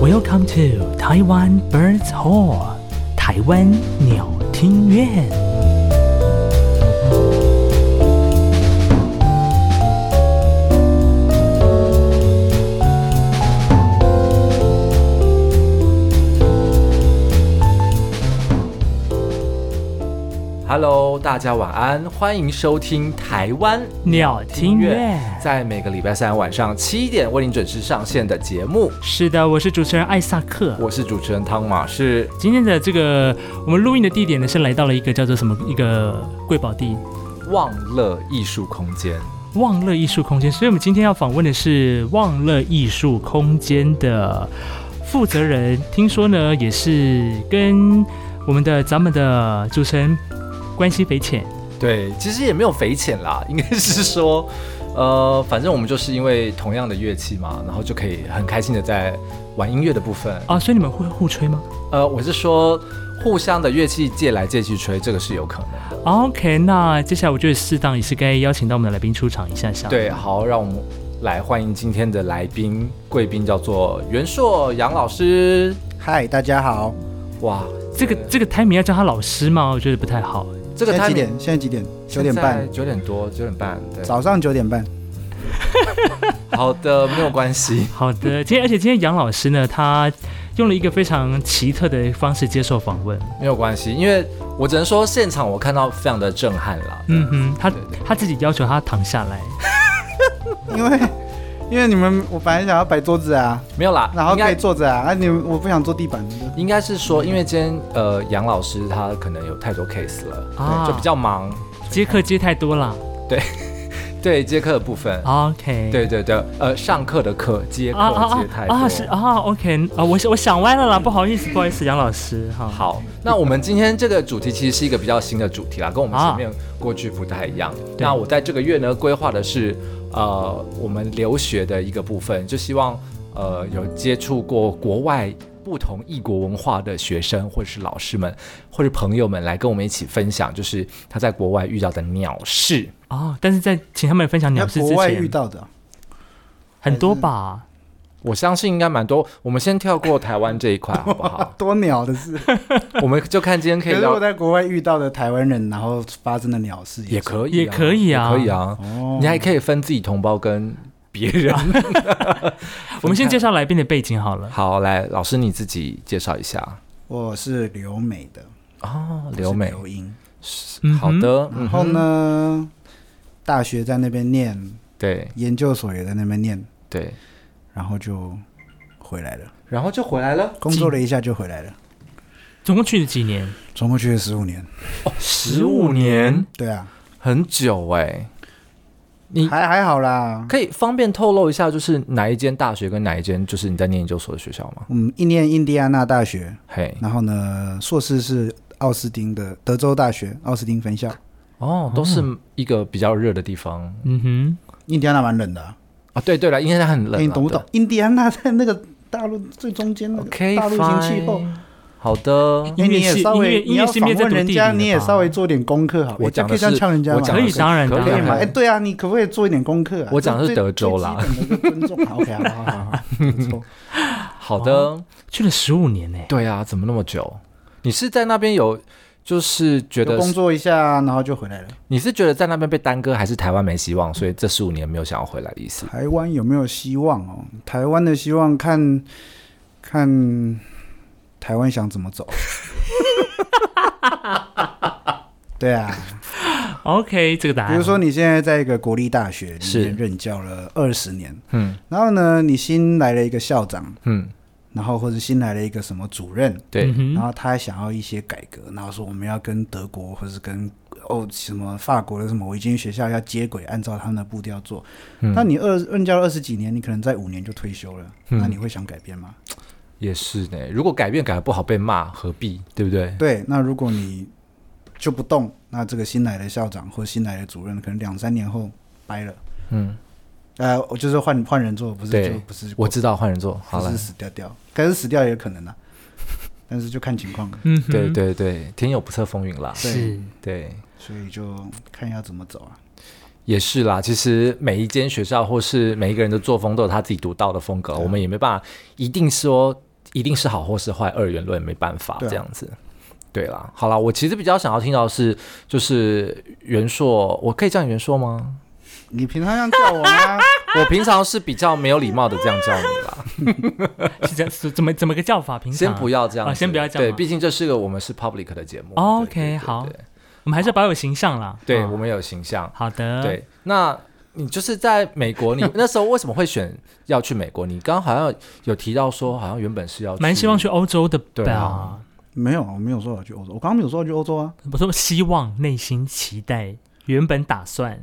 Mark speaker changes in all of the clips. Speaker 1: Welcome to Taiwan Birds Hall，台湾鸟听院。
Speaker 2: Hello，大家晚安，欢迎收听台湾
Speaker 1: 鸟听乐
Speaker 2: 在每个礼拜三晚上七点为您准时上线的节目。
Speaker 1: 是的，我是主持人艾萨克。
Speaker 2: 我是主持人汤马士，
Speaker 1: 今天的这个我们录音的地点呢，是来到了一个叫做什么一个贵宝地
Speaker 2: 望乐艺术空间。
Speaker 1: 望乐艺术空间，所以我们今天要访问的是望乐艺术空间的负责人，听说呢也是跟我们的咱们的主持人关系匪浅。
Speaker 2: 对，其实也没有匪浅啦， 应该是说，呃，反正我们就是因为同样的乐器嘛，然后就可以很开心的在玩音乐的部分。
Speaker 1: 啊，所以你们会互吹吗
Speaker 2: 呃，我是说。互相的乐器借来借去吹，这个是有可能的。
Speaker 1: ？OK，那接下来我觉得适当也是该邀请到我们的来宾出场一下下。，
Speaker 2: 对，好，让我们来欢迎今天的来宾，贵宾叫做袁硕杨老师。
Speaker 3: 嗨，大家好。
Speaker 2: 哇，
Speaker 1: 这个这个 timing 要叫他老师吗？我觉得不太好。
Speaker 2: 这个
Speaker 3: 现在
Speaker 2: timing
Speaker 3: 几点？现在几点？九点半，，
Speaker 2: 九点多，九点半，对，
Speaker 3: 早上九点半。
Speaker 2: 好的，没有关系。
Speaker 1: 好 的，今天而且今天杨老师呢，他用了一个非常奇特的方式接受访问。
Speaker 2: 没有关系，因为我只能说现场我看到非常的震撼啦。
Speaker 1: 嗯哼，他
Speaker 2: 对对
Speaker 1: 他自己要求他躺下来。
Speaker 3: 因为因为你们，我本来想要摆桌子啊，
Speaker 2: 没有啦，
Speaker 3: 然后
Speaker 2: 应
Speaker 3: 可
Speaker 2: 该
Speaker 3: 以
Speaker 2: 嗯
Speaker 3: 坐着啊，啊你们我不想坐地板，
Speaker 2: 应该是说，因为今天呃杨老师他可能有太多 case 了，
Speaker 1: 啊
Speaker 2: 对就比较忙。
Speaker 1: 接客接太多了。
Speaker 2: 对接客的部分，
Speaker 3: 啊
Speaker 1: OK。
Speaker 2: 对对对，呃上课的课接客
Speaker 1: 啊啊
Speaker 2: 接太
Speaker 1: 啊
Speaker 2: 多。
Speaker 1: 啊是啊，OK 啊，我想我想歪了啦，不好意思，不好意思，杨老师哈。，
Speaker 2: 好，那我们今天这个主题其实是一个比较新的主题啦，跟我们前面过去不太一样。
Speaker 1: 对
Speaker 2: 那我在这个月呢，规划的是呃我们留学的一个部分，就希望呃有接触过国外。不同异国文化的学生，或者是老师们，或者朋友们来跟我们一起分享，就是他在国外遇到的鸟事。
Speaker 1: 哦，但是在请他们分享
Speaker 3: 那
Speaker 1: 鸟事
Speaker 3: 国
Speaker 1: 之
Speaker 3: 外遇
Speaker 1: 前，
Speaker 3: 到的？
Speaker 1: 很多吧？
Speaker 2: 我相信应该蛮多。我们先跳过台湾这一块，好不好
Speaker 3: 多鸟的事。
Speaker 2: 我们就看今天可
Speaker 3: 可
Speaker 2: 以
Speaker 3: 是
Speaker 2: 聊
Speaker 3: 我，在国外遇到的台湾人，然后发生的鸟事
Speaker 2: 也
Speaker 3: 是
Speaker 2: 可以、
Speaker 1: 也可以啊
Speaker 2: 也可以啊。
Speaker 3: 哦
Speaker 2: 你还可以分自己同胞跟别人。
Speaker 1: 我们先介绍来宾的背景好了。
Speaker 2: 好，来，老师你自己介绍一下
Speaker 3: 我是留美的，
Speaker 2: 哦，
Speaker 3: 我是
Speaker 2: 留美，
Speaker 3: 留英。
Speaker 1: 嗯哼
Speaker 2: 好的，
Speaker 3: 然
Speaker 2: 嗯
Speaker 3: 后
Speaker 2: 哼，
Speaker 3: 呢，大学在那边念，
Speaker 2: 对
Speaker 3: 研究所也在那边念，
Speaker 2: 对，
Speaker 3: 然后就回来了，
Speaker 2: 然后就回来了，
Speaker 3: 工作了一下就回来了，
Speaker 1: 总共去了几年？
Speaker 3: 总共去了十五年。
Speaker 2: 十五年，
Speaker 3: 对啊，
Speaker 2: 很久哎，你
Speaker 3: 还还好啦。
Speaker 2: 可以方便透露一下，就是哪一间大学跟哪一间就是你在念研究所的学校吗？
Speaker 3: 嗯，一念印第安纳大学，
Speaker 2: 嘿，
Speaker 3: 然后呢，硕士是奥斯汀的德州大学奥斯汀分校。
Speaker 2: 哦，都是一个比较热的地方
Speaker 1: 嗯哼。
Speaker 3: 印第安纳蛮冷的、啊，
Speaker 2: 啊，对对了，因为它很冷啊，
Speaker 3: 你懂不
Speaker 2: 对
Speaker 3: 懂？印第安纳在那个大陆最中间那个
Speaker 2: ？OK，
Speaker 3: 大陆型气候。
Speaker 2: fine 好的，
Speaker 3: 哎
Speaker 1: 音乐
Speaker 3: 你也
Speaker 1: 系
Speaker 3: 稍
Speaker 1: 音乐
Speaker 3: 微
Speaker 1: 音乐
Speaker 3: 你要
Speaker 1: 系
Speaker 3: 访
Speaker 1: 面在
Speaker 3: 问
Speaker 1: 读
Speaker 3: 人
Speaker 1: 地
Speaker 3: 家，
Speaker 1: 理
Speaker 3: 你也
Speaker 1: 吧
Speaker 3: 稍微做点功课好了。
Speaker 2: 我讲
Speaker 3: 这
Speaker 2: 的
Speaker 3: 可以这样
Speaker 2: 是
Speaker 3: 呛人家
Speaker 2: 我
Speaker 3: 吗？
Speaker 2: 讲
Speaker 1: 可
Speaker 2: 的
Speaker 1: 以
Speaker 2: 是
Speaker 1: 当然
Speaker 2: 可以
Speaker 1: 当
Speaker 3: 可以
Speaker 1: 然
Speaker 3: 吗？
Speaker 2: 啊
Speaker 3: 哎，对啊，你可不可以做一点功课啊？
Speaker 2: 我讲的是
Speaker 3: 这
Speaker 2: 德州啦。
Speaker 3: 最最基本的一个尊重 OK 啊，好好好，不错。
Speaker 2: 好的，
Speaker 1: 去了十五年呢、
Speaker 2: 对啊，怎么那么久？你是在那边有，就是觉
Speaker 3: 有
Speaker 2: 得
Speaker 3: 工作一下，然后就回来了。
Speaker 2: 你是觉得在那边被耽搁，还是台湾没希望，
Speaker 3: 嗯
Speaker 2: 所以这十五年没有想要回来的意思？
Speaker 3: 台湾有没有希望哦？台湾的希望看看台湾想怎么走。 对啊，
Speaker 1: OK，这个答案。
Speaker 3: 比如说你现在在一个国立大学里
Speaker 2: 是
Speaker 3: 面任教了二十年，
Speaker 2: 嗯
Speaker 3: 然后呢，你新来了一个校长，
Speaker 2: 嗯，
Speaker 3: 然后或者新来了一个什么主任，
Speaker 2: 对，
Speaker 1: 嗯
Speaker 3: 然
Speaker 1: 哼，
Speaker 3: 后他想要一些改革，然后说我们要跟德国或是跟哦什么法国的什么维京学校要接轨，按照他们的步调做。
Speaker 2: 嗯
Speaker 3: 那你二任教了二十几年，你可能在五年就退休了，
Speaker 2: 嗯
Speaker 3: 那你会想改变吗？
Speaker 2: 也是呢。如果改变改得不好被骂，何必？对不对？
Speaker 3: 对，那如果你就不动，那这个新来的校长或新来的主任，可能两三年后掰了，
Speaker 2: 嗯，
Speaker 3: 呃，我就是换换人做，不是
Speaker 2: 对
Speaker 3: 就不是
Speaker 2: 我知道换人做好
Speaker 3: 不
Speaker 2: 了
Speaker 3: 是。死掉掉，可是死掉也有可能啊，但是就看情况，
Speaker 1: 嗯哼，
Speaker 2: 对对对，天有不测风云啦。
Speaker 1: 是
Speaker 2: 对，
Speaker 3: 所以就看要怎么走啊。
Speaker 2: 也是啦。其实每一
Speaker 3: 啊
Speaker 2: 间学校或是每一个人的作风都有他自己独到的风格，我们也没办法一定说一定是好或是坏，二元论没办法
Speaker 3: 对啊
Speaker 2: 这样子。对啦，好啦，我其实比较想要听到的是，就是元硕，我可以叫你元硕吗？
Speaker 3: 你平常这样叫我吗？
Speaker 2: 我平常是比较没有礼貌的这样叫你 啦，
Speaker 1: 是这 样是怎么怎么个叫法？平常
Speaker 2: 先不要这样子、
Speaker 1: 啊先不要这样
Speaker 2: 对，
Speaker 1: 吗
Speaker 2: 毕竟这是个我们是 public 的节目。
Speaker 1: 哦 OK，
Speaker 2: 对对对
Speaker 1: 好
Speaker 2: 对
Speaker 1: 我们还是保有形象啦。
Speaker 2: 对
Speaker 1: 啊
Speaker 2: 我们有形象。
Speaker 1: 好的，，
Speaker 2: 对，那你就是在美国， 你那时候为什么会选要去美国？你刚刚好像有提到说，好像原本是要
Speaker 1: 蛮希望去欧洲的
Speaker 2: 对
Speaker 1: 吧
Speaker 2: 啊？
Speaker 3: 没有，我没有说要去欧洲，我刚刚没有说要去欧洲啊。
Speaker 1: 我说希望、内心期待、原本打算，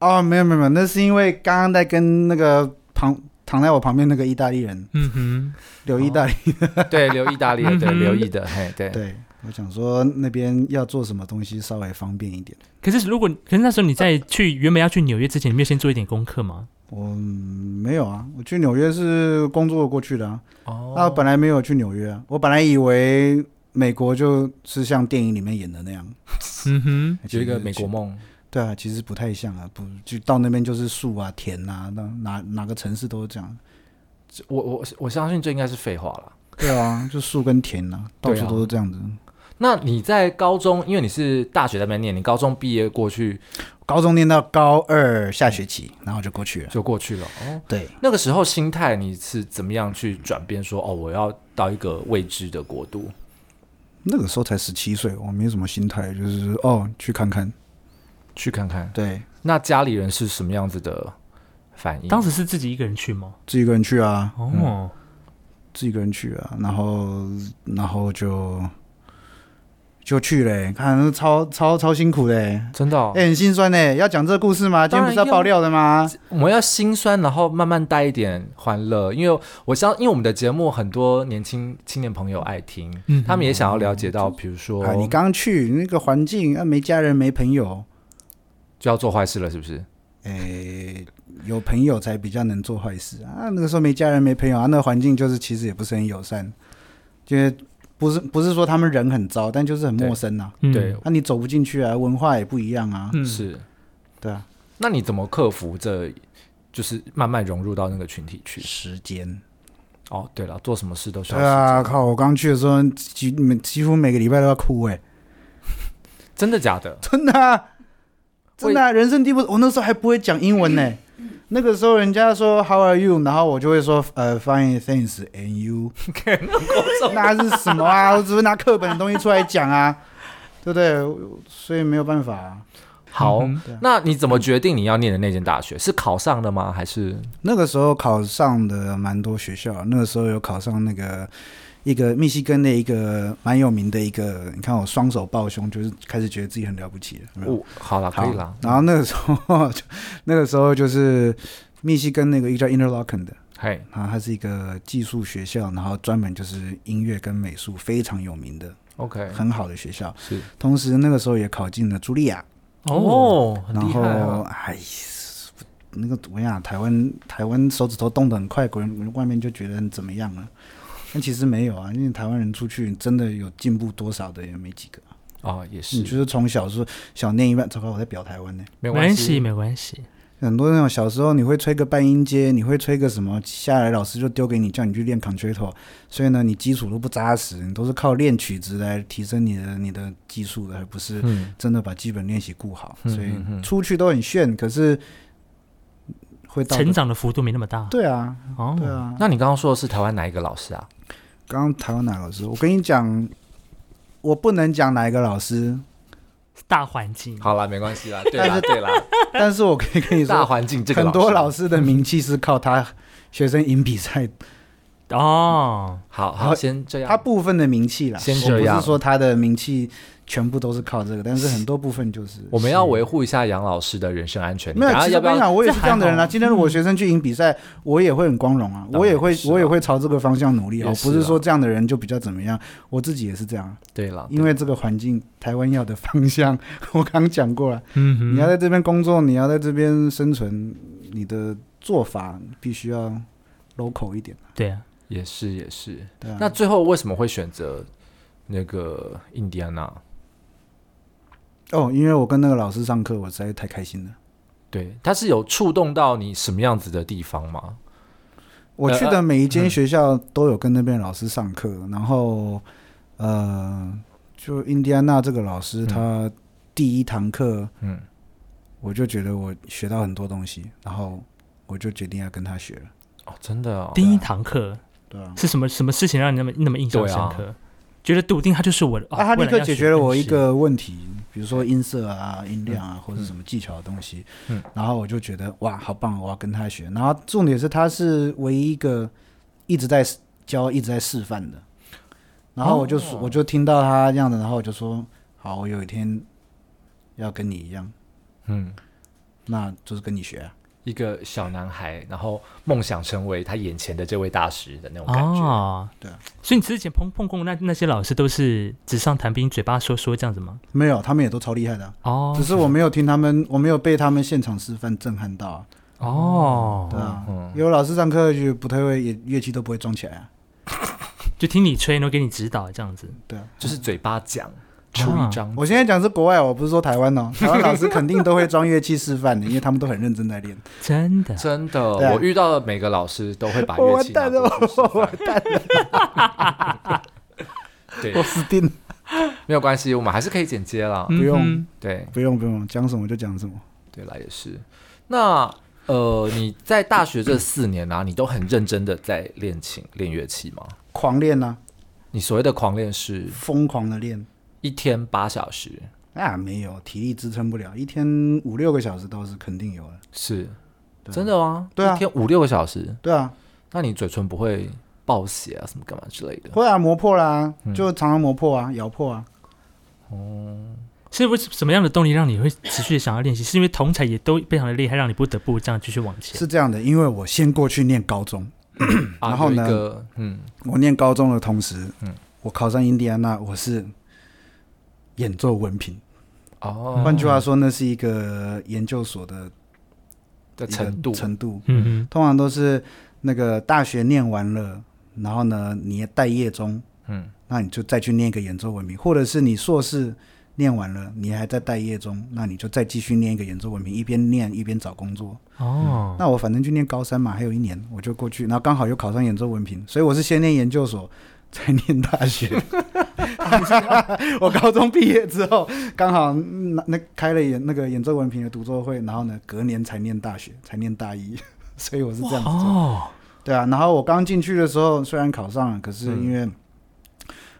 Speaker 3: 哦，没有没有没有，那是因为刚刚在跟那个旁躺在我旁边那个意大利人
Speaker 1: 嗯哼，
Speaker 3: 留意大利，
Speaker 2: 对留意 大利的，
Speaker 1: 嗯
Speaker 2: 对
Speaker 1: 哼
Speaker 2: 留意的，嘿，哦对，
Speaker 3: 对我想说那边要做什么东西稍微方便一点。
Speaker 1: 可是如果可是那时候你在去原本要去纽约之前，你没有先做一点功课吗？
Speaker 3: 我嗯没有啊，我去纽约是工作过去的啊，
Speaker 2: 哦
Speaker 3: 那、我本来没有去纽约啊，我本来以为美国就是像电影里面演的那样，
Speaker 1: 嗯哼，
Speaker 2: 有一个美国梦，
Speaker 3: 对啊，其实不太像啊，不就到那边就是树啊、田啊，那哪哪个城市都是这样，
Speaker 2: 我我我相信这应该是废话了。
Speaker 3: 对啊，就树跟田啊，到
Speaker 2: 对
Speaker 3: 处
Speaker 2: 啊
Speaker 3: 都是这样子。
Speaker 2: 那你在高中，因为你是大学在那边念，你高中毕业过去
Speaker 3: 高中念到高二下学期，然后就过去了。
Speaker 2: 就过去了。哦，
Speaker 3: 对，
Speaker 2: 那个时候心态你是怎么样去转变说哦，我要到一个未知的国度？
Speaker 3: 那个时候才十七岁，我没什么心态，就是哦，去看看。
Speaker 2: 去看看，
Speaker 3: 对，
Speaker 2: 那家里人是什么样子的反应？
Speaker 1: 当时是自己一个人去吗？
Speaker 3: 自己一个人去啊，
Speaker 1: 哦，
Speaker 3: 自己一个人去啊，然后然后就就去嘞、看超超超辛苦嘞、欸，
Speaker 2: 真的、哦，
Speaker 1: 哎
Speaker 3: 很心酸嘞、要讲这个故事吗？今
Speaker 2: 当然
Speaker 3: 天不是要
Speaker 2: 要
Speaker 3: 爆料的吗？
Speaker 2: 我们要心酸，然后慢慢带一点欢乐，因为我相，因为我们的节目很多年轻青年朋友爱听，
Speaker 1: 嗯
Speaker 2: 他们也想要了解到，比如说
Speaker 3: 啊，你刚去那个环境，啊，没家人，没朋友，
Speaker 2: 就要做坏事了，是不是？
Speaker 3: 诶，有朋友才比较能做坏事啊。那个时候没家人没朋友啊，那个环境就是其实也不是很友善，就是不是不是说他们人很糟，但就是很陌生呐、啊。
Speaker 1: 嗯
Speaker 2: 对，，
Speaker 3: 那、你走不进去啊，文化也不一样啊。
Speaker 1: 嗯，
Speaker 2: 是。
Speaker 3: 对啊，
Speaker 2: 那你怎么克服这，就是慢慢融入到那个群体去？
Speaker 3: 时间。
Speaker 2: 哦，对了，做什么事都需
Speaker 3: 对
Speaker 2: 要时间，
Speaker 3: 啊，靠！我刚去的时候，几每几乎每个礼拜都要哭哎、
Speaker 2: 真的假 的？
Speaker 3: 真的、啊，真的、啊，人生地不熟。我那时候还不会讲英文呢、那个时候人家说 How are you，然后我就会说呃 Fine thanks and you。那 是什么啊？ 我只会拿课本的东西出来讲啊， 对不对？所以没有办法、啊。
Speaker 2: 好
Speaker 1: 嗯
Speaker 3: 对啊，
Speaker 2: 那你怎么决定你要念的那间大学？是考上的吗？还是
Speaker 3: 那个时候考上的蛮多学校，啊那个时候有考上那个一个密西根的一个蛮有名的一个，你看我双手抱胸，就是开始觉得自己很了不起了。有没有
Speaker 2: 哦，好了，可以了
Speaker 3: 好。然后那个时候， 那个时候就是密西根那个一个叫 Interlochen 的，
Speaker 2: 嘿，
Speaker 3: 然后它是一个技术学校，然后专门就是音乐跟美术非常有名的，
Speaker 2: ，OK，
Speaker 3: 很好的学校。
Speaker 2: 是
Speaker 3: 同时那个时候也考进了茱莉亚。
Speaker 1: 哦，
Speaker 2: 很
Speaker 3: 然
Speaker 2: 厉
Speaker 3: 后
Speaker 2: 害啊！
Speaker 3: 哎，那个我跟你讲，台湾台湾手指头动得很快，国人外面就觉得很怎么样了。但其实没有啊，因为台湾人出去真的有进步多少的也没几个。
Speaker 2: 哦，也
Speaker 3: 你
Speaker 2: 是，
Speaker 3: 就是从小说小念一半，糟糕，我在表台湾呢、
Speaker 2: 没
Speaker 1: 没
Speaker 2: 关
Speaker 1: 关
Speaker 2: 系
Speaker 1: 系，，没关系，
Speaker 3: 很多那种小时候你会吹个半音阶，你会吹个什么下来，老师就丢给你，叫你去练 concerto。所以呢，你基础都不扎实，你都是靠练曲子来提升你的你的技术的，而不是
Speaker 2: 嗯，
Speaker 3: 真的把基本练习顾好，
Speaker 2: 嗯
Speaker 3: 所以
Speaker 2: 嗯嗯
Speaker 3: 出去都很炫，可是会到
Speaker 1: 成。长的幅度没那么大。
Speaker 3: 对啊，
Speaker 1: 哦，
Speaker 3: 对啊。
Speaker 2: 那你刚刚说的是台湾哪一个老师啊？
Speaker 3: 嗯刚刚台湾哪个老师？我跟你讲，我不能讲哪一个 老师，
Speaker 1: 大环境，
Speaker 2: 好啦，没关系啦，对
Speaker 3: 但
Speaker 2: 啦
Speaker 3: 是
Speaker 2: 对啦，
Speaker 3: 但是我可以跟你
Speaker 2: 大
Speaker 3: 说，
Speaker 2: 环境这个
Speaker 3: 很多老
Speaker 2: 师，
Speaker 3: 师的名气是靠他学生赢比赛，
Speaker 1: 哦，
Speaker 2: 好好
Speaker 3: 好
Speaker 2: 先这样，
Speaker 3: 他部分的名气啦。
Speaker 2: 啊先
Speaker 3: 我
Speaker 2: 这
Speaker 3: 不
Speaker 2: 样
Speaker 3: 是说他的名气全部都是靠这个，但是很多部分就是
Speaker 2: 我们要维护一下杨老师的人身安全。
Speaker 3: 没有，
Speaker 2: 你等下
Speaker 3: 其
Speaker 2: 要
Speaker 3: 实我
Speaker 2: 不
Speaker 3: 跟
Speaker 2: 要？
Speaker 3: 你讲，我也是
Speaker 1: 这
Speaker 3: 这样的人啊。
Speaker 1: 还好
Speaker 3: 今天如果学生去赢比赛，我也会很光荣啊，
Speaker 2: 嗯当然
Speaker 3: 我也会
Speaker 2: 是啊
Speaker 3: 我也会朝这个方向努力啊。
Speaker 2: 也
Speaker 3: 我
Speaker 2: 是啊
Speaker 3: 不是说这样的人就比较怎么样，我自己也是这样啊，
Speaker 2: 哦对了，
Speaker 3: 因为这个环境，台湾要的方向， 我刚讲过了，
Speaker 1: 嗯哼，
Speaker 3: 你要在这边工作，你要在这边生存，你的做法必须要 local 一点，
Speaker 1: 对啊，
Speaker 2: 也是也是。
Speaker 3: 对啊。
Speaker 2: 那最后为什么会选择那个印第安纳？
Speaker 3: 哦，因为我跟那个老师上课，我实在太开心了。
Speaker 2: 对，他是有触动到你什么样子的地方吗？
Speaker 3: 我去的每一间学校都有跟那边老师上课，然后呃，就印第安纳这个老师，他第一堂课
Speaker 2: 嗯，
Speaker 3: 我就觉得我学到很多东西，然后我就决定要跟他学了，
Speaker 2: 哦，真的哦，
Speaker 1: 第一堂课
Speaker 3: 对啊。
Speaker 1: 是什么什么事情让你那么那么印象深刻？
Speaker 2: 对
Speaker 1: 觉得笃定他就是我的。哦
Speaker 3: 啊，他立
Speaker 1: 未来
Speaker 3: 刻
Speaker 1: 要
Speaker 3: 解
Speaker 1: 学哎
Speaker 3: 决了
Speaker 1: 东
Speaker 3: 我一
Speaker 1: 西
Speaker 3: 个问题，比如说音色啊、音量
Speaker 1: 嗯
Speaker 3: 啊，或者什么技巧的东西。
Speaker 2: 嗯，
Speaker 3: 然后我就觉得哇，好棒，我要跟他学。然后重点是他是唯一一个一直在教、一直在示范的。然后我就说，
Speaker 2: 哦
Speaker 3: 我就听到他这样子，然后我就说，好，我有一天要跟你一样，
Speaker 2: 嗯，
Speaker 3: 那就是跟你学、啊。
Speaker 2: 一个小男孩，然后梦想成为他眼前的这位大师的那种感觉。
Speaker 1: 哦，
Speaker 3: 对啊。
Speaker 1: 所以你之前碰碰过那那些老师都是纸上谈兵，嘴巴说说这样子吗？
Speaker 3: 没有，他们也都超厉害的啊、
Speaker 1: 哦，
Speaker 3: 只是我没有听他们，我没有被他们现场示范震撼到、啊。对
Speaker 1: 哦，
Speaker 3: 啊，
Speaker 2: 嗯
Speaker 3: 有老师上课就不太会，也乐器都不会装起来、啊。
Speaker 1: 就听你吹，然后给你指导这样子。
Speaker 3: 对啊。
Speaker 2: 就是嘴巴讲出一张，
Speaker 3: 我现在讲是国外，我不是说台 湾哦。台湾老师肯定都会装乐器示范的，因为他们都很认真在练。
Speaker 1: 真的，
Speaker 2: 真的，
Speaker 3: 对啊
Speaker 2: 我遇到的每个老师都会把
Speaker 3: 我
Speaker 2: 乐
Speaker 3: 完
Speaker 2: 器拿
Speaker 3: 蛋了，
Speaker 2: 过去示
Speaker 3: 我
Speaker 2: 范
Speaker 3: 完蛋了，
Speaker 2: 对
Speaker 3: 我，死定了！
Speaker 2: 没有关系，我们还是可以剪接 啦。
Speaker 1: 嗯
Speaker 3: 啊不用
Speaker 1: 哼
Speaker 2: 对
Speaker 3: 不用不用，讲什么就讲什么。
Speaker 2: 对啦，也是。那呃，你在大学这四年啊，你都很认真的在练琴、练乐器吗？
Speaker 3: 狂练啊，
Speaker 2: 你所谓的狂练是
Speaker 3: 疯狂的练
Speaker 2: 一天八小时，
Speaker 3: 啊，没有体力支撑不了，一天五六个小时倒是肯定有了。
Speaker 2: 是
Speaker 3: 对啊
Speaker 2: 真的吗？
Speaker 3: 对啊
Speaker 2: 一天五六个小时，
Speaker 3: 对啊，
Speaker 2: 那你嘴唇不会爆血啊，什么干嘛之类的？
Speaker 3: 会啊，磨破啦，
Speaker 2: 嗯
Speaker 3: 就常常磨破啊，咬破啊。
Speaker 1: 是为什么样的动力让你会持续地想要练习？是因为同才也都非常的厉害，让你不得不这样继续往前。
Speaker 3: 是这样的，因为我先过去念高中，
Speaker 2: 啊
Speaker 3: 然后
Speaker 2: 有一
Speaker 3: 呢
Speaker 2: 个嗯，
Speaker 3: 我念高中的同时，
Speaker 2: 嗯
Speaker 3: 我考上印第安纳，我是演奏文凭。
Speaker 2: 哦，
Speaker 3: 换句话说，那是一个研究所的
Speaker 2: 的
Speaker 3: 一个
Speaker 2: 程度，
Speaker 3: 程度
Speaker 1: 嗯
Speaker 3: 通常都是那个大学念完了，然后呢，你也待业中，
Speaker 2: 嗯，
Speaker 3: 那你就再去念一个演奏文凭，或者是你硕士念完了，你还在待业中，那你就再继续念一个演奏文凭，一边念一边找工作。
Speaker 1: 哼，哦，
Speaker 3: 那我反正去念高三嘛，还有一年，我就过去，然后刚好又考上演奏文凭，所以我是先念研究所。再念大学， 我高中毕业之后，刚好嗯那那开了演那个演奏文凭的独奏会，然后呢，隔年才念大学，才念大一， 所以我是这样子做。
Speaker 1: 哦，
Speaker 3: 对啊，然后我刚进去的时候，虽然考上了，可是因为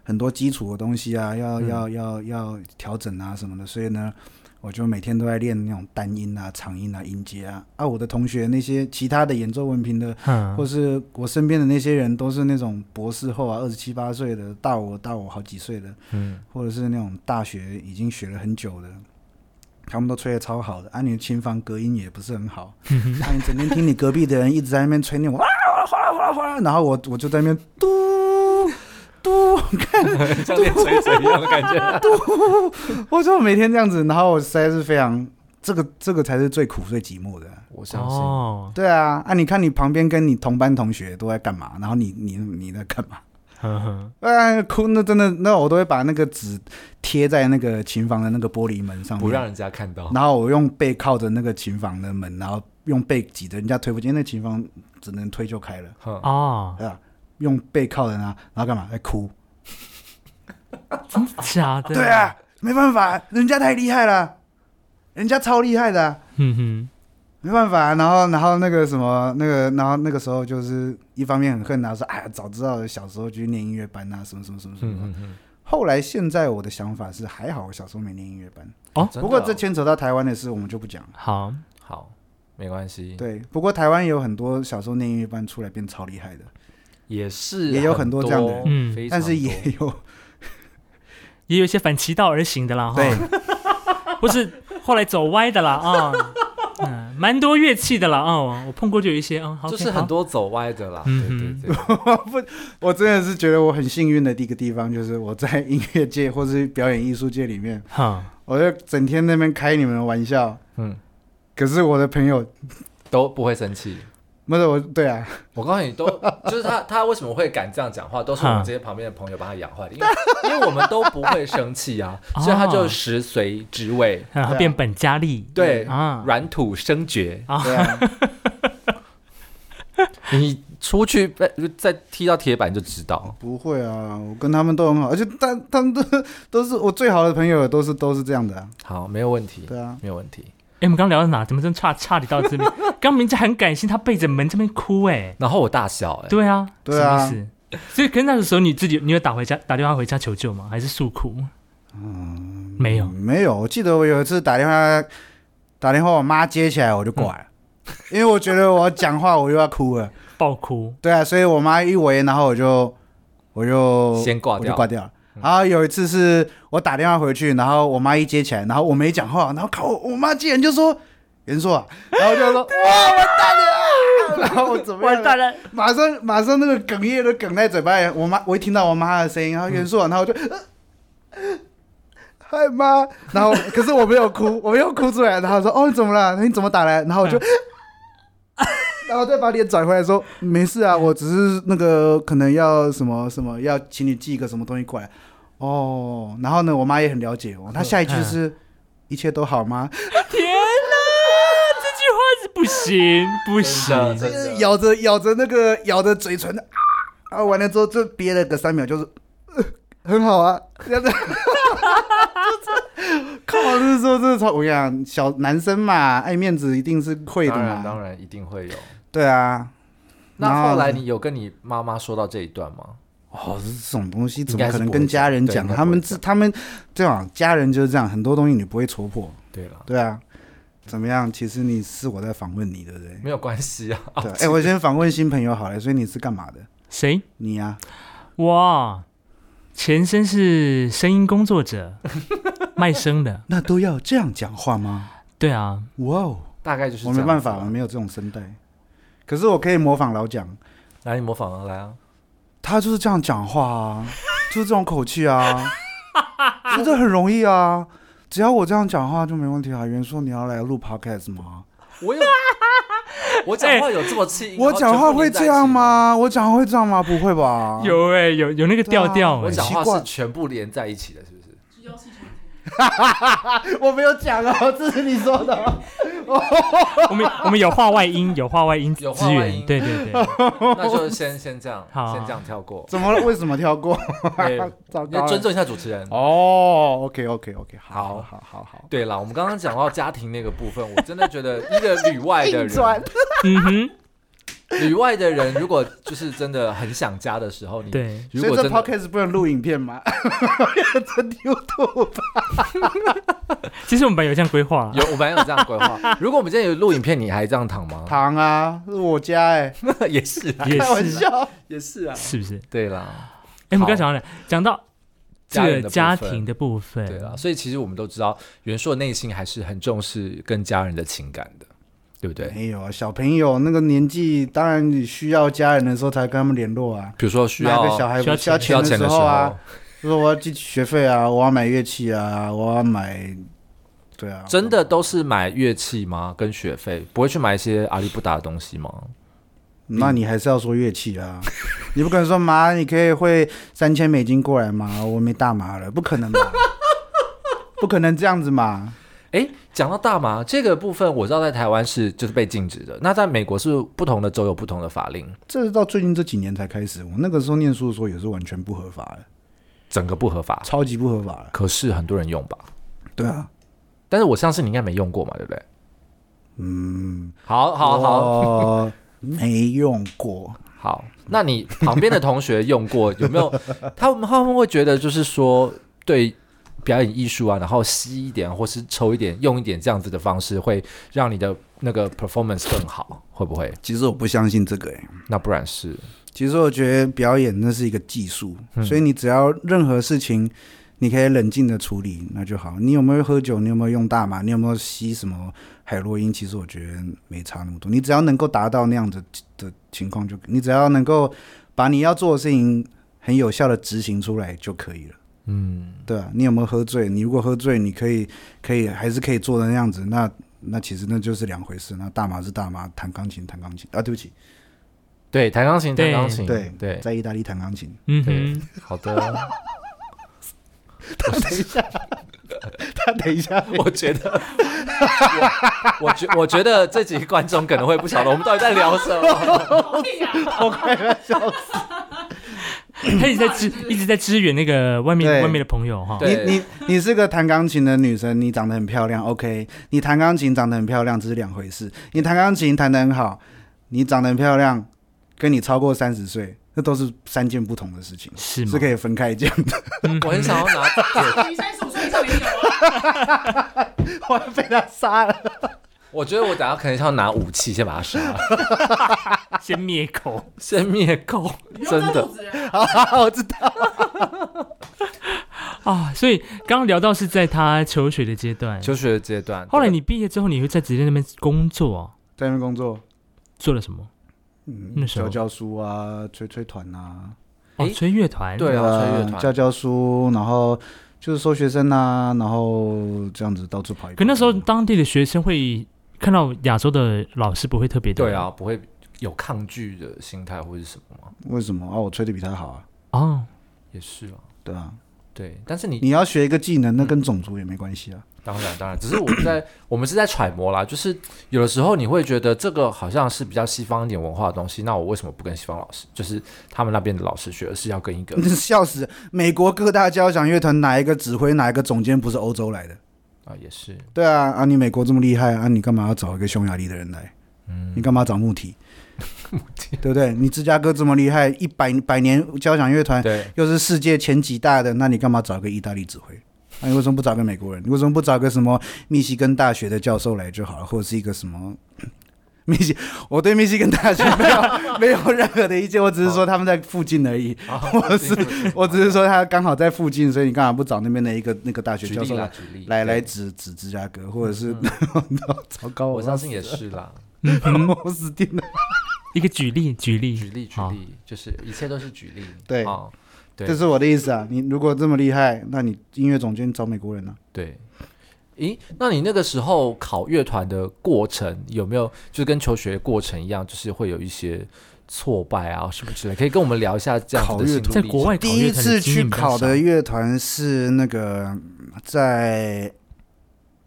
Speaker 3: 很多基础的东西啊，要、要要要调整啊什么的，所以呢，我就每天都在练那种单音啊、长音啊、音阶啊。啊，我的同学那些其他的演奏文凭的，
Speaker 1: 嗯，
Speaker 3: 或是我身边的那些人，都是那种博士后啊，二十七八岁的，大我大我好几岁的，
Speaker 2: 嗯，
Speaker 3: 或者是那种大学已经学了很久的。他们都吹得超好的，啊，你的琴房隔音也不是很好，啊，你整天听你隔壁的人一直在那边吹那种哇哇哗啦哗啦哗啦，然后我我就在那边嘟嘟，
Speaker 2: 像练嘴嘴一样的感 觉。
Speaker 3: 我就每天这样子，然后我实在是非常这个这个才是最苦最寂寞的。
Speaker 2: 我相信，
Speaker 1: 哦，
Speaker 3: 对啊，啊，你看你旁边跟你同班同学都在干嘛，然后你你你在干嘛？
Speaker 1: 呵呵，
Speaker 3: 啊，哭那真的那我都会把那个纸贴在那个琴房的那个玻璃门上面，
Speaker 2: 不让人家看到。
Speaker 3: 然后我用背靠着那个琴房的门，然后用背挤着人家推不进，因为那琴房只能推就开了，
Speaker 2: 哼
Speaker 1: 哦，
Speaker 3: 对吧？用背靠着呢，然后干嘛？在哭。
Speaker 1: 真的假的？
Speaker 3: 对啊，，没办法，人家太厉害了，人家超厉害的啊、
Speaker 1: 嗯哼。
Speaker 3: 没办法啊。然后，然后那个什么，那个，然后那个时候就是一方面很恨啊，说哎呀，早知道小时候就去念音乐班啊，什么什么什么什么。
Speaker 2: 嗯嗯
Speaker 3: 后来现在我的想法是，还好我小时候没念音乐班。
Speaker 1: 哦
Speaker 2: 真的
Speaker 3: 不过这牵扯到台湾的事，我们就不讲了。
Speaker 1: 好，
Speaker 2: 好，没关系。，
Speaker 3: 对，不过台湾也有很多小时候念音乐班出来变超厉害的，
Speaker 2: 也是
Speaker 3: 也有很多
Speaker 2: 多
Speaker 3: 这样的人
Speaker 1: 嗯
Speaker 2: 非常
Speaker 3: 但是也
Speaker 2: 多哦
Speaker 3: 有
Speaker 1: 也有一些反其道而行的啦，哈，
Speaker 3: 对，
Speaker 1: 或是后来走歪的啦，啊、嗯，蛮多乐器的啦，哦，我碰过就有一些，嗯，好，
Speaker 2: 就是很，多走歪的啦。对对
Speaker 1: 嗯
Speaker 2: 对，
Speaker 3: 我真的是觉得我很幸运的一个地方，就是我在音乐界或是表演艺术界里面，
Speaker 1: 哈，
Speaker 3: 我就整天那边开你们的玩笑，
Speaker 2: 嗯，
Speaker 3: 可是我的朋友，
Speaker 2: 都不会生气。
Speaker 3: 不是我，对啊，
Speaker 2: 我告诉你，都就是他，他为什么会敢这样讲话，都是我们这些旁边的朋友把他养坏的，因为因为我们都不会生气啊，
Speaker 1: 哦
Speaker 2: 所以他就食髓知味，
Speaker 1: 然后
Speaker 3: 对啊
Speaker 1: 变本加厉，
Speaker 3: 嗯
Speaker 2: 对
Speaker 1: 啊，
Speaker 2: 软土生绝。
Speaker 3: 对啊，
Speaker 2: 你出去被再踢到铁板就知道。
Speaker 3: 不会啊，我跟他们都很好，而且但他们都都是我最好的朋友，都是都是这样的、啊。
Speaker 2: 好，没有问题，
Speaker 3: 对啊，
Speaker 2: 没有问题。
Speaker 1: 哎、我们刚聊到哪？怎么真差差点到这边？ 刚明明很感性，他背着门这边哭哎、
Speaker 2: 然后我大笑、哎，
Speaker 1: 对啊，
Speaker 3: 对啊
Speaker 1: 什么意思？所以，跟那个时候你自己，你有打回家打电话回家求救吗？还是诉苦？嗯，没有
Speaker 3: 嗯。没有，我记得我有一次打电话打电话，我妈接起来我就挂了， 因为我觉得我讲话我又要哭了。
Speaker 1: 爆哭，
Speaker 3: 对啊，所以我妈一围，然后我就我就
Speaker 2: 先挂
Speaker 3: 我就
Speaker 2: 掉。
Speaker 3: 挂掉了。然后有一次是我打电话回去，然后我妈一接起来，然后我没讲话，然后靠，我妈竟然就说袁硕啊，然后我就说哇完蛋了啊， 然后我怎么样了？
Speaker 1: 了！
Speaker 3: 马上马上那个哽咽都哽在嘴巴里，我妈我一听到我妈的声音，然后袁硕啊，然后我就。呃嗨妈，然后可是我没有哭，我没有哭出来。然后说哦你怎么了？你怎么打来？然后我就， 然后再把脸转回来说没事啊，我只是那个可能要什么什么，要请你寄一个什么东西过来。哦，然后呢，我妈也很了解我，她下一句是、一切都好吗？
Speaker 1: 天哪，这句话是不行不
Speaker 2: 真
Speaker 1: 行
Speaker 2: 的，
Speaker 3: 就是咬着咬着那个咬着嘴唇啊，啊完了之后就憋了个三秒，就是、呃很好啊，这样子， 就是靠，就是说这超，我跟你讲，小男生嘛，爱面子一定是会的
Speaker 2: 当然
Speaker 3: 嘛，
Speaker 2: 当然一定会有。
Speaker 3: 对啊。然
Speaker 2: 那后来你有跟你妈妈说到这一段吗？
Speaker 3: 哦，这种东西
Speaker 2: 应
Speaker 3: 怎
Speaker 2: 该
Speaker 3: 么
Speaker 2: 是
Speaker 3: 可能
Speaker 2: 不会
Speaker 3: 跟家人
Speaker 2: 讲
Speaker 3: 讲？
Speaker 2: 对应该
Speaker 3: 他们
Speaker 2: 不会
Speaker 3: 自他们这样，家人就是这样，很多东西你不会戳破，
Speaker 2: 对了，
Speaker 3: 对啊。怎么样？其实你是我在访问你，对不对？
Speaker 2: 没有关系啊。
Speaker 3: 对。哎，我先访问新朋友好了，所以你是干嘛的？
Speaker 1: 谁
Speaker 3: 你啊呀、
Speaker 1: 哇？前身是声音工作者，卖声的。
Speaker 3: 那都要这样讲话吗？
Speaker 1: 对啊，
Speaker 3: 哇哦，
Speaker 2: 大概就是
Speaker 3: 我
Speaker 2: 这
Speaker 3: 没
Speaker 2: 样
Speaker 3: 办
Speaker 2: 子啊
Speaker 3: 法，
Speaker 2: 吧
Speaker 3: 我没有这啊种声带，可是我可以模仿老蒋，
Speaker 2: 来，你模仿啊，来啊！
Speaker 3: 他就是这样讲话 啊，就是这种口气啊，这这很容易啊，只要我这样讲话就没问题啊。袁硕，你要来录 podcast 吗？
Speaker 2: 我 有，我讲话有这么气音？
Speaker 3: 哎我
Speaker 2: 然后
Speaker 3: 讲
Speaker 2: 全部
Speaker 3: 话会
Speaker 2: 连在一
Speaker 3: 这
Speaker 2: 起
Speaker 3: 样？吗？我讲话会这样吗？不 会吧？
Speaker 1: 有哎、有有那个调调
Speaker 3: 啊对啊
Speaker 2: 我
Speaker 1: 哎，
Speaker 2: 讲
Speaker 3: 很奇
Speaker 2: 话
Speaker 3: 怪
Speaker 2: 是全部连在一起的，是 不是？
Speaker 3: 我没有讲哦，这是你说的哦。。
Speaker 1: 我们我们有话外音，有话外音资
Speaker 2: 有话外
Speaker 1: 源，
Speaker 2: 音
Speaker 1: 对对对，
Speaker 2: 那就先先这样，
Speaker 1: 好
Speaker 2: 先这样跳过
Speaker 3: 怎么了？为什么 跳过？
Speaker 2: 哎要
Speaker 3: 糟糕
Speaker 2: 尊
Speaker 3: 了。
Speaker 2: 重一下主持人。
Speaker 3: 哦，OK OK OK，好
Speaker 2: 好
Speaker 3: 好好好，
Speaker 2: 对啦，我们刚刚讲到家庭那个部分，我真的觉得一个旅外的
Speaker 3: 硬转
Speaker 2: 人，
Speaker 1: 嗯哼，
Speaker 2: 旅外的人如果就是真的很想家的时候，你
Speaker 1: 对，
Speaker 2: 如
Speaker 3: 所以
Speaker 2: 果
Speaker 3: 这
Speaker 2: 真的
Speaker 3: podcast 不能录影片 吗？这 YouTube
Speaker 1: 其实我们本来有这样规 划啦，
Speaker 2: 有，我本来有这样规 划。如果我们今天有录影片，你还这样躺吗？
Speaker 3: 糖啊，是我家哎、
Speaker 2: 也是啊，
Speaker 1: 也
Speaker 3: 开玩
Speaker 1: 是啦
Speaker 3: 笑。
Speaker 2: 也是啊。
Speaker 1: 是不是？
Speaker 2: 对啦，
Speaker 1: 哎、我们刚
Speaker 2: 好
Speaker 1: 讲到哪？讲到这
Speaker 2: 家人
Speaker 1: 个
Speaker 2: 的部
Speaker 1: 家
Speaker 2: 分
Speaker 1: 庭的部分，
Speaker 2: 对啊啦，所以其实我们都知道，袁硕内心还是很重视跟家人的情感的，对不对？
Speaker 3: 没有啊，小朋友那个年纪，当然你需要家人的时候才跟他们联络啊。
Speaker 2: 比如说需
Speaker 3: 拿
Speaker 2: 要
Speaker 3: 个小孩
Speaker 1: 需要
Speaker 3: 需要
Speaker 2: 需要
Speaker 3: 的
Speaker 2: 钱
Speaker 3: 时
Speaker 2: 时
Speaker 3: 候啊，，就说我要寄学费啊，我要买乐器啊，我要买，对啊，
Speaker 2: 真的都是买乐器吗？跟学费不会去买一些阿里不达的东西吗？嗯
Speaker 3: 那你还是要说乐器啊， 你不可能说妈，你可以汇三千美金过来吗？我没大麻了，不可 能吧？不可能这样子嘛？
Speaker 2: 诶，讲到大麻这个部分，我知道在台湾是就是被禁止的，那在美国是不同的州有不同的法令，
Speaker 3: 这是到最近这几年才开始，我那个时候念书的时候也是完全不合法的，
Speaker 2: 整个不合法，
Speaker 3: 超级不合法的。
Speaker 2: 可是很多人用吧？
Speaker 3: 对啊，
Speaker 2: 但是我相信你应该没用过嘛，对不对？嗯，好好好
Speaker 3: 我没用过，
Speaker 2: 好，那你旁边的同学用 过有没有？他们他们会觉得就是说对。表演艺术啊，然后吸一点，或是抽一点，用一点这样子的方式，会让你的那个 performance 更好，会不会？
Speaker 3: 其实我不相信这个、欸，
Speaker 2: 那不然是
Speaker 3: 其实我觉得表演那是一个技术，
Speaker 2: 嗯
Speaker 3: 所以你只要任何事情，你可以冷静的处理，那就好。你有没有喝酒？你有没有用大麻？你有没有吸什么海洛因？其实我觉得没差那么多。你只要能够达到那样的的情况就，你只要能够把你要做的事情很有效的执行出来就可以了。嗯，对啊，你有没有喝醉？你如果喝醉，你可以可以还是可以做的那样子，那那其实那就是两回事。那大麻是大麻，弹钢琴弹钢琴啊，对不起，
Speaker 2: 对弹钢琴，
Speaker 1: 嗯
Speaker 2: 弹
Speaker 1: 对
Speaker 2: 钢琴，
Speaker 3: 对
Speaker 2: 对，
Speaker 3: 在意大利弹钢琴。
Speaker 1: 嗯
Speaker 2: 对
Speaker 1: 哼，
Speaker 2: 好的。
Speaker 3: 等一下，
Speaker 2: 我觉得，我我觉我觉得这集观众可能会不晓得我们到底在聊什么。
Speaker 3: 我快要笑死。
Speaker 1: 他一直在支一直在支援那个外面
Speaker 3: 对
Speaker 1: 外面的朋友哈。
Speaker 2: 对
Speaker 3: 你你你是个弹钢琴的女生，你长得很漂亮，OK？你弹钢琴长得很漂亮，这是两回事。你弹钢琴弹得很好，你长得很漂亮，跟你超过三十岁，那都是三件不同的事情，
Speaker 1: 是吗
Speaker 3: 是？可以分开讲的。
Speaker 2: 我很想要拿铁，
Speaker 4: 你三十五岁以上没有啊？
Speaker 3: 我要被他杀了。
Speaker 2: 我觉得我等下可能要拿武器先把它 杀了，
Speaker 1: 先灭口。
Speaker 2: 先灭口，
Speaker 4: 你 用
Speaker 2: 真
Speaker 4: 这
Speaker 2: 的
Speaker 4: 肚。子人
Speaker 3: 好，我知道。
Speaker 1: 啊，所以刚刚聊到是在他求学的阶段，
Speaker 2: 求学的阶段，
Speaker 1: 后来你毕业之后，你会在直接那边工作哦，
Speaker 3: 在那边工作，
Speaker 1: 做了什么？那
Speaker 3: 嗯，
Speaker 1: 时候
Speaker 3: 教教书啊，吹吹团啊，
Speaker 1: 哦，
Speaker 2: 诶
Speaker 1: 吹乐团。
Speaker 2: 对啊吹乐
Speaker 3: 呃
Speaker 2: 团
Speaker 3: 教教书，然后就是收学生啊，然后这样子到处跑一跑。
Speaker 1: 可那时候当地的学生会看到亚洲的老师不会特别的。
Speaker 2: 对啊，不会有抗拒的心态或者什么吗？
Speaker 3: 为什么啊？我吹的比他好啊，
Speaker 1: 哦，
Speaker 2: 也是啊，
Speaker 3: 对啊。
Speaker 2: 对，但是你
Speaker 3: 你要学一个技能，那跟种族也没关系啊。
Speaker 2: 当然，当然，只是我们在我们是在揣摩啦，就是有的时候你会觉得这个好像是比较西方一点文化的东西，那我为什么不跟西方老师，就是他们那边的老师学，而是要跟一 个
Speaker 3: 笑死！美国各大交响乐团哪一个指挥、哪一个总监不是欧洲来的？
Speaker 2: 啊，也是
Speaker 3: 对啊，啊，你美国这么厉害啊，你干嘛要找一个匈牙利的人来？嗯，你干嘛找穆提？对不对？你芝加哥这么厉害，一百百年交响乐团
Speaker 2: 对，
Speaker 3: 又是世界前几大的，那你干嘛找一个意大利指挥？那、你为什么不找个美国人？你为什么不找个什么密西根大学的教授来就好了，或者是一个什么 密西？我对密西根大学没有 没有任何的意见，我只是说他们在附近而已。 我是我只是说他刚好在附近，所以你干嘛不找那边的一个那个大学
Speaker 2: 举
Speaker 3: 教
Speaker 2: 例
Speaker 3: 授
Speaker 2: 啦，
Speaker 3: 来
Speaker 2: 举例
Speaker 3: 来来
Speaker 2: 对
Speaker 3: 指指芝加哥，或者是、糟糕，
Speaker 2: 我相信
Speaker 3: 要
Speaker 2: 也 是啦，嗯
Speaker 3: 我死定了。
Speaker 1: 一个举例，举例，
Speaker 2: 举例举
Speaker 1: 好
Speaker 2: 例，就是一切都是举例，
Speaker 3: 对
Speaker 2: 啊，对
Speaker 3: 这是我的意思啊！你如果这么厉害，那你音乐总监找美国人啊？
Speaker 2: 对。咦，那你那个时候考乐团的过程有没有就是跟求学过程一样，就是会有一些挫败啊什么之类？可以跟我们聊一下这样子
Speaker 3: 考
Speaker 2: 的
Speaker 3: 乐
Speaker 2: 心路
Speaker 3: 团
Speaker 1: 在
Speaker 2: 历
Speaker 1: 国
Speaker 2: 程
Speaker 1: 外考
Speaker 3: 第一
Speaker 1: 乐团的
Speaker 3: 次
Speaker 1: 经
Speaker 3: 去
Speaker 1: 验比较
Speaker 3: 考
Speaker 1: 少
Speaker 3: 的乐团是那个嗯在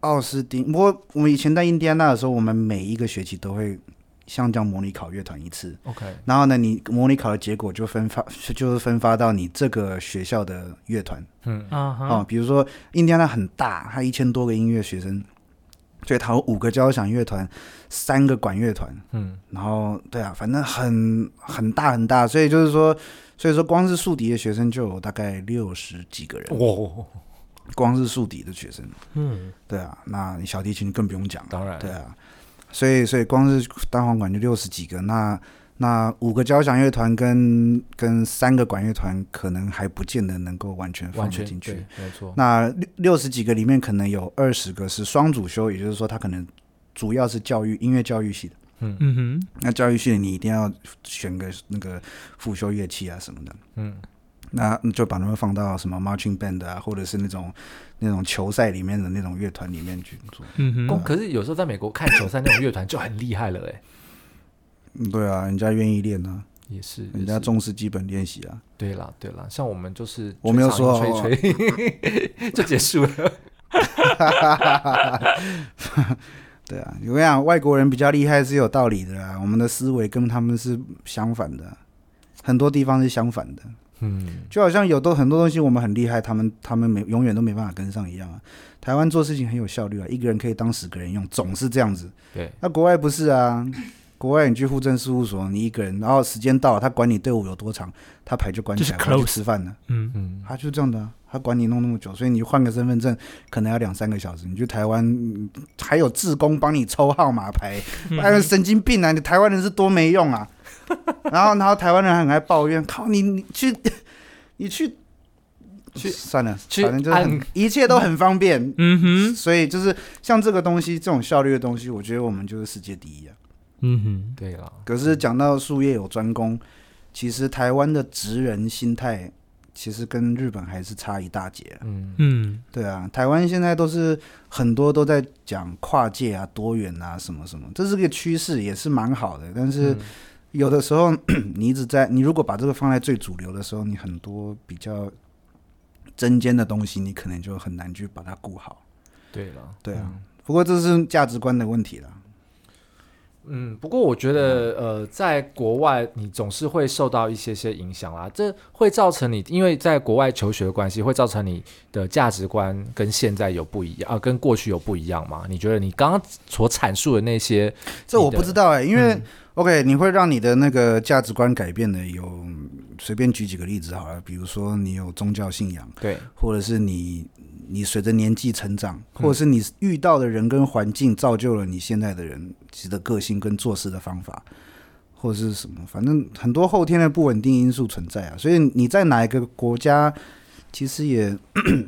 Speaker 3: 奥斯汀。不过我们以前在印第安纳的时候，我们每一个学期都会像这样模拟考乐团一次。
Speaker 2: ，OK，
Speaker 3: 然后呢，你模拟考的结果就分发， 就是分发到你这个学校的乐团
Speaker 2: 嗯，
Speaker 1: 啊
Speaker 3: 啊、
Speaker 1: 哈，
Speaker 3: 比如说印第安纳很大，它一千多个音乐学生，所以它有五个交响乐团，三个管乐团，
Speaker 2: 嗯，
Speaker 3: 然后对啊，反正很很大很大，所以就是说，所以说光是竖笛的学生就有大概六十几个人，
Speaker 2: 哦哇，
Speaker 3: 光是竖笛的学生，
Speaker 1: 嗯，
Speaker 3: 对啊，那你小提琴更不用讲了，
Speaker 2: 当然，
Speaker 3: 对啊，所以所以光是单簧管就六十几个，那那五个交响乐团跟跟三个管乐团可能还不见得能够完全放
Speaker 2: 完
Speaker 3: 得
Speaker 2: 全
Speaker 3: 进去，
Speaker 2: 对没错。
Speaker 3: 那六六十几个里面可能有二十个是双主修，也就是说他可能主要是教育音乐教育系的。
Speaker 2: 嗯
Speaker 1: 嗯哼，
Speaker 3: 那教育系的你一定要选个那个辅修乐器啊什么的，
Speaker 2: 嗯，
Speaker 3: 那就把他们放到什么 marching band 啊，或者是那种那种球赛里面的那种乐团里面去做。
Speaker 1: 嗯
Speaker 2: 公
Speaker 1: 哼，
Speaker 2: 可是有时候在美国看球赛那种乐团就很厉害了哎，
Speaker 3: 嗯对啊，人家愿意练啊，
Speaker 2: 也是，
Speaker 3: 人
Speaker 2: 也
Speaker 3: 家
Speaker 2: 是
Speaker 3: 重视基本练习啊。
Speaker 2: 对啦对啦，像我们就是
Speaker 3: 我没有
Speaker 2: 吹草
Speaker 3: 说哦
Speaker 2: 音吹吹 就结束了，
Speaker 3: 对啊，我跟你讲，外国人比较厉害是有道理的啊，我们的思维跟他们是相反的，很多地方是相反的。
Speaker 2: 嗯，
Speaker 3: 就好像有都很多东西我们很厉害，他们他们没永远都没办法跟上一样啊。台湾做事情很有效率啊，一个人可以当十个人用，总是这样子。
Speaker 2: 对，
Speaker 3: 那国外不是啊？国外你去户政事务所，你一个人，然后时间到了，他管你队伍有多长，他牌就关起来，
Speaker 1: 就是
Speaker 3: 回去
Speaker 1: close
Speaker 3: 吃饭了。
Speaker 1: 嗯，
Speaker 2: 嗯，
Speaker 3: 他就这样的、啊，他管你弄那么久，所以你换个身份证可能要两三个小时。你去台湾嗯还有志工帮你抽号码牌，
Speaker 2: 嗯
Speaker 3: 哎，神经病啊！你台湾人是多没用啊！ 然后，然后台湾人很爱抱怨，靠你，你去，你去，
Speaker 2: 去
Speaker 3: 算了，
Speaker 2: 去
Speaker 3: 反正就是很
Speaker 2: 按
Speaker 3: 一切都很方便。
Speaker 1: 嗯哼，
Speaker 3: 所以就是像这个东西，这种效率的东西，我觉得我们就是世界第一啊。
Speaker 1: 嗯哼，
Speaker 2: 对啦，
Speaker 3: 可是讲到术业有专攻，其实台湾的职人心态其实跟日本还是差一大截啊、
Speaker 2: 嗯，
Speaker 1: 嗯，
Speaker 3: 对啊，台湾现在都是很多都在讲跨界啊、多元啊什么什么，这是个趋势，也是蛮好的。但是
Speaker 2: 嗯
Speaker 3: 有的时候、你一直在，你如果把这个放在最主流的时候，你很多比较针尖的东西，你可能就很难去把它顾好。
Speaker 2: 对了，
Speaker 3: 对啊，不过这是价值观的问题了。
Speaker 2: 嗯，不过我觉得，呃，在国外你总是会受到一些些影响啦，这会造成你，因为在国外求学的关系，会造成你的价值观跟现在有不一样，啊，跟过去有不一样吗？你觉得你刚刚所阐述的那些，
Speaker 3: 这
Speaker 2: 你
Speaker 3: 我
Speaker 2: 的嗯
Speaker 3: 不知道哎、因为、OK，你会让你的那个价值观改变的有，随便举几个例子好了，比如说你有宗教信仰，
Speaker 2: 对，
Speaker 3: 或者是你你随着年纪成长，或者是你遇到的人跟环境造就了你现在的人的个性跟做事的方法，或者是什么，反正很多后天的不稳定因素存在啊。所以你在哪一个国家，其实也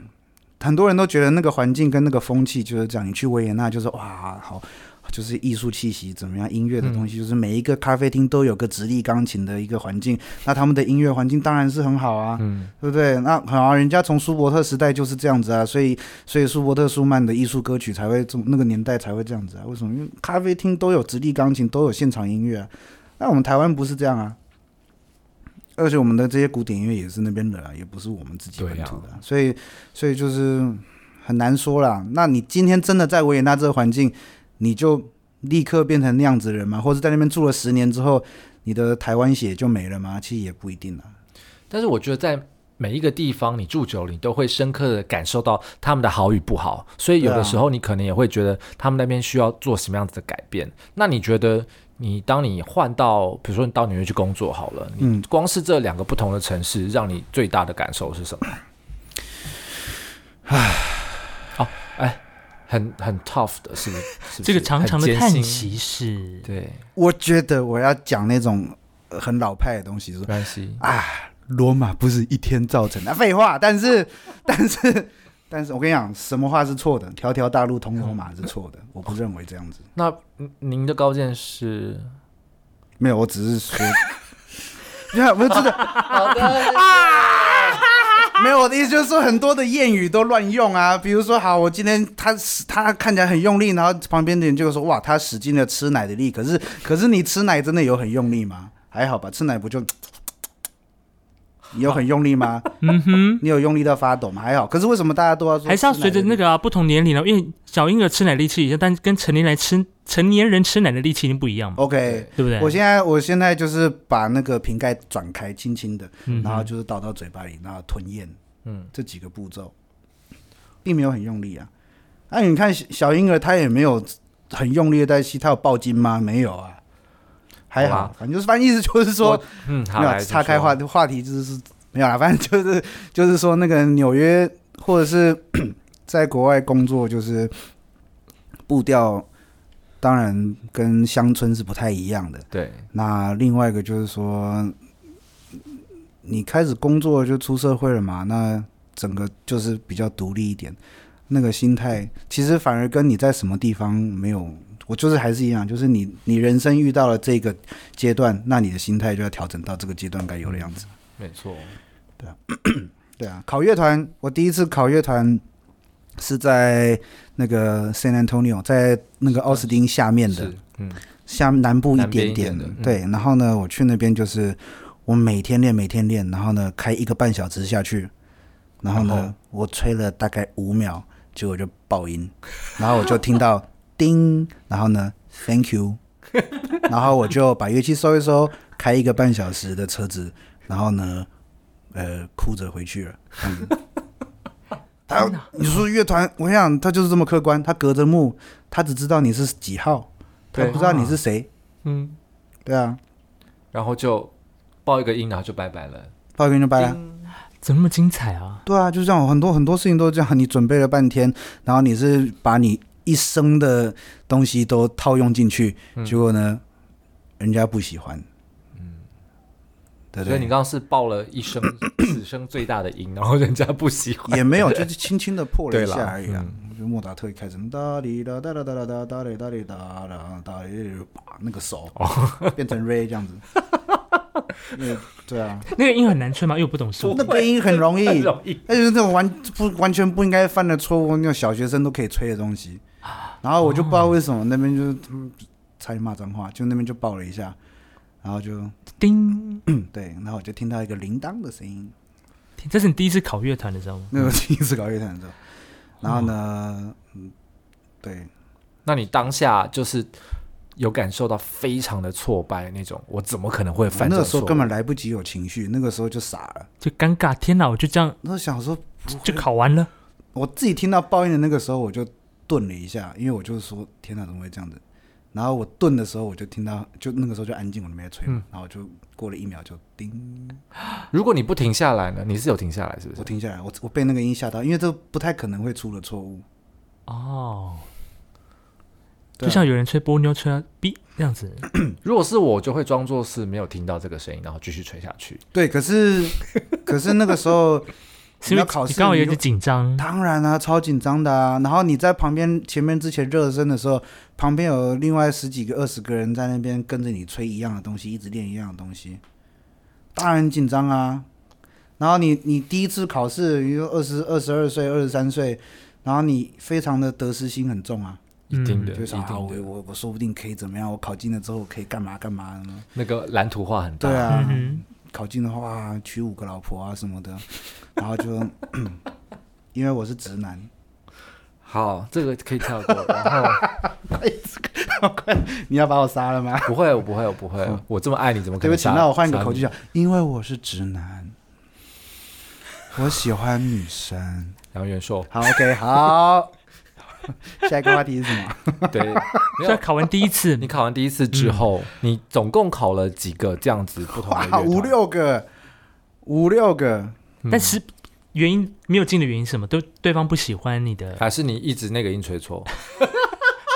Speaker 3: 很多人都觉得那个环境跟那个风气就是这样。你去维也纳就是哇，好。就是艺术气息怎么样？音乐的东西，就是每一个咖啡厅都有个直立钢琴的一个环境，那他们的音乐环境当然是很好啊。
Speaker 2: 嗯，
Speaker 3: 对不对？那好、啊，人家从舒伯特时代就是这样子啊，所以所以舒伯特、舒曼的艺术歌曲才会这么那个年代才会这样子啊。为什么？因为咖啡厅都有直立钢琴，都有现场音乐、啊。那我们台湾不是这样啊，而且我们的这些古典音乐也是那边的啦，也不是我们自己本土的啊、所以所以就是很难说啦。那你今天真的在维也纳这个环境，你就立刻变成那样子的人吗？或者在那边住了十年之后，你的台湾血就没了吗？其实也不一定啊。
Speaker 2: 但是我觉得在每一个地方你住久了，你都会深刻的感受到他们的好与不好，所以有
Speaker 3: 对
Speaker 2: 的
Speaker 3: 啊
Speaker 2: 时候你可能也会觉得他们那边需要做什么样子的改变。那你觉得你当你换到，比如说你到纽约去工作好了，你
Speaker 3: 嗯
Speaker 2: 光是这两个不同的城市，让你最大的感受是什么？唉，哦，哎，很很 tough 的是不是是不是
Speaker 1: 这个长长的
Speaker 2: 很艰
Speaker 1: 叹
Speaker 2: 辛，
Speaker 1: 息是，
Speaker 2: 对，
Speaker 3: 我觉得我要讲那种呃很老派的东西，说
Speaker 2: 没关系，
Speaker 3: 啊，罗马不是一天造成的，废话。但是， 但是，但是我跟你讲，什么话是错的？条条大路通罗马是错的，我不认为这样子。
Speaker 2: 那您您的高见是？
Speaker 3: 没有，我只是说， 没有，不是真的，
Speaker 2: 好的，
Speaker 3: 没有。我的意思就是说，很多的谚语都乱用啊。比如说，好，我今天他他看起来很用力，然后旁边的人就会说，哇，他使劲的吃奶的力。可是，可是你吃奶真的有很用力吗？还好吧，吃奶不就你有很用力吗？
Speaker 1: 嗯哼，
Speaker 3: 你有用力到发抖吗？还好。可是为什么大家都要说？
Speaker 1: 还是要随着那
Speaker 3: 个。
Speaker 1: 个啊不同年龄了，因为小婴儿吃奶力气一样，但跟成年来吃成年人吃奶的力气一定不一样嘛，
Speaker 3: OK，
Speaker 1: 对不对？
Speaker 3: 哦我现在我现在就是把那个瓶盖转开，轻轻的，
Speaker 1: 嗯
Speaker 3: 然后就是倒到嘴巴里，然后吞咽
Speaker 2: 嗯，
Speaker 3: 这几个步骤，并没有很用力啊。那、你看小小婴儿他也没有很用力的在吸，他有爆筋吗？没有啊，还
Speaker 2: 好
Speaker 3: 好啊
Speaker 2: 吧，
Speaker 3: 反正就是反正意思就是说
Speaker 2: 我， 嗯，好，
Speaker 3: 没有啊
Speaker 2: 来
Speaker 3: 岔开话，话题，就是没有啦，反正就是 就是说那个纽约或者是 在国外工作，就是步调当然跟乡村是不太一样的。
Speaker 2: 对，
Speaker 3: 那另外一个就是说，你开始工作就出社会了嘛，那整个就是比较独立一点，那个心态其实反而跟你在什么地方没有，我就是还是一样，就是你你人生遇到了这个阶段，那你的心态就要调整到这个阶段该有的样子。
Speaker 2: 没错，
Speaker 3: 对啊，考乐团，我第一次考乐团是在那个 San Antonio，在那个奥斯汀下面的
Speaker 2: 是，，嗯，
Speaker 3: 下南部一
Speaker 2: 南边
Speaker 3: 点
Speaker 2: 一点
Speaker 3: 点，
Speaker 2: 的嗯
Speaker 3: 对。然后呢，我去那边就是我每天练，每天练，然后呢开一个半小时下去，然后呢
Speaker 2: 然后
Speaker 3: 我吹了大概五秒，结果就爆音，然后我就听到叮，然后呢 Thank you，然后我就把乐器收一收，开一个半小时的车子，然后呢呃哭着回去了。这样子他
Speaker 1: 天哪，
Speaker 3: 你说乐团，我想他就是这么客观，他隔着幕，他只知道你是几号，他
Speaker 2: 对
Speaker 3: 不知道你是谁，
Speaker 1: 嗯，
Speaker 3: 对啊，
Speaker 2: 然后就报一个音，然后就拜拜了。
Speaker 3: 报给就拜
Speaker 2: 嗯
Speaker 3: 了。
Speaker 1: 怎么那么精彩啊？
Speaker 3: 对啊，就这样，很多很多事情都这样。你准备了半天，然后你是把你一生的东西都套用进去，
Speaker 2: 嗯
Speaker 3: 结果呢，人家不喜欢。嗯，对不
Speaker 2: 所以你
Speaker 3: 对？
Speaker 2: 刚刚是报了一 生此生最大的音，然后人家不喜 欢。
Speaker 3: 也没有，就是轻轻的破了
Speaker 2: 对
Speaker 3: 一
Speaker 2: 啦
Speaker 3: 下而已啊。就莫扎特一开始嗯哒哩哒哒哒哒哒哒哩哒哩哒哒哒哩，把那个手 变成 Ray 这样子。那对啊，
Speaker 1: 那个音很难吹吗？因为我不懂事，
Speaker 3: 那背音很容易哎
Speaker 2: 很，容易，
Speaker 3: 那就是那种完不完全不应该犯的错误，那种小学生都可以吹的东西。然后我就不知道为什么、那边就是嗯他们差点骂脏话，就那边就爆了一下，然后就
Speaker 1: 叮，
Speaker 3: 嗯对，然后我就听到一个铃铛的声音，
Speaker 1: 这是你第一次考乐团的，知道吗？
Speaker 3: 那是我第一次搞乐团的时候。然后呢，嗯，对，
Speaker 2: 那你当下就是有感受到非常的挫败那种，我怎么可能会
Speaker 3: 我
Speaker 2: 犯这
Speaker 3: 那
Speaker 2: 种
Speaker 3: 个时
Speaker 2: 错
Speaker 3: 候根
Speaker 2: 误？
Speaker 3: 本来不及有情绪，那个时候就傻了。
Speaker 1: 就尴尬。天哪，我就这样
Speaker 3: 那时候想说，
Speaker 1: 就考完了，
Speaker 3: 我自己听到报应的那个时候，我就顿了一下，因为我就是说，天哪，怎么会这样子？然后我顿的时候，我就听到，就那个时候就安静，我就没吹嘛。然后我就过了一秒，就叮，
Speaker 2: 如果你不停下来呢？你是有停下来是不
Speaker 3: 我
Speaker 2: 是？
Speaker 3: 停下来，我我被那个音吓到，因为这不太可能会出的错误。
Speaker 1: 哦，
Speaker 3: 对啊
Speaker 1: 就像有人吹波妞吹到 B 那样子，
Speaker 3: 嗯
Speaker 2: 如果是我，就会装作是没有听到这个声音，然后继续吹下去。
Speaker 3: 对，可是可是那个时候，
Speaker 1: 是因为
Speaker 3: 要考试
Speaker 1: 你刚好有
Speaker 3: 你就
Speaker 1: 点紧张，
Speaker 3: 当然啊，超紧张的啊。然后你在旁边前面之前热身的时候，旁边有另外十几个、二十个人在那边跟着你吹一样的东西，一直练一样的东西，当然紧张啊。然后你你第一次考试，你说二十二十二岁、二十三岁，然后你非常的得失心很重啊，
Speaker 2: 一定的，
Speaker 1: 对
Speaker 2: 一
Speaker 3: 就是
Speaker 2: 定
Speaker 3: 啊，我
Speaker 2: 的。
Speaker 3: 我我说不定可以怎么样，我考进了之后可以干嘛干嘛呢？
Speaker 2: 那个蓝图画很大，
Speaker 3: 对啊，
Speaker 1: 嗯
Speaker 3: 考进的话娶五个老婆啊什么的，然后就 因为我是直男，
Speaker 2: 好，这个可以跳过。然后
Speaker 3: 你要把我杀了吗？
Speaker 2: 不会，我不会，我不会，我这么爱你，怎么可
Speaker 3: 嗯对不
Speaker 2: 能
Speaker 3: 起
Speaker 2: 杀？，
Speaker 3: 那我换一个口气
Speaker 2: 杀
Speaker 3: 讲，因为我是直男， 我喜欢女生。
Speaker 2: 你。然后袁硕，
Speaker 3: 好，OK，好。 下一个话题是什么？
Speaker 2: 对，
Speaker 1: 哼，
Speaker 2: 没
Speaker 1: 虽然
Speaker 2: 有。
Speaker 1: 考完第一 次
Speaker 2: 你，考完第一次之后，
Speaker 3: 嗯
Speaker 2: 你总共考了几个这样子不同的乐
Speaker 3: 哇，
Speaker 2: 团？
Speaker 3: 五六个，五六个。
Speaker 1: 但是原因没有进的原因是什么？都对方不喜欢你的，
Speaker 2: 还是你一直那个音吹错？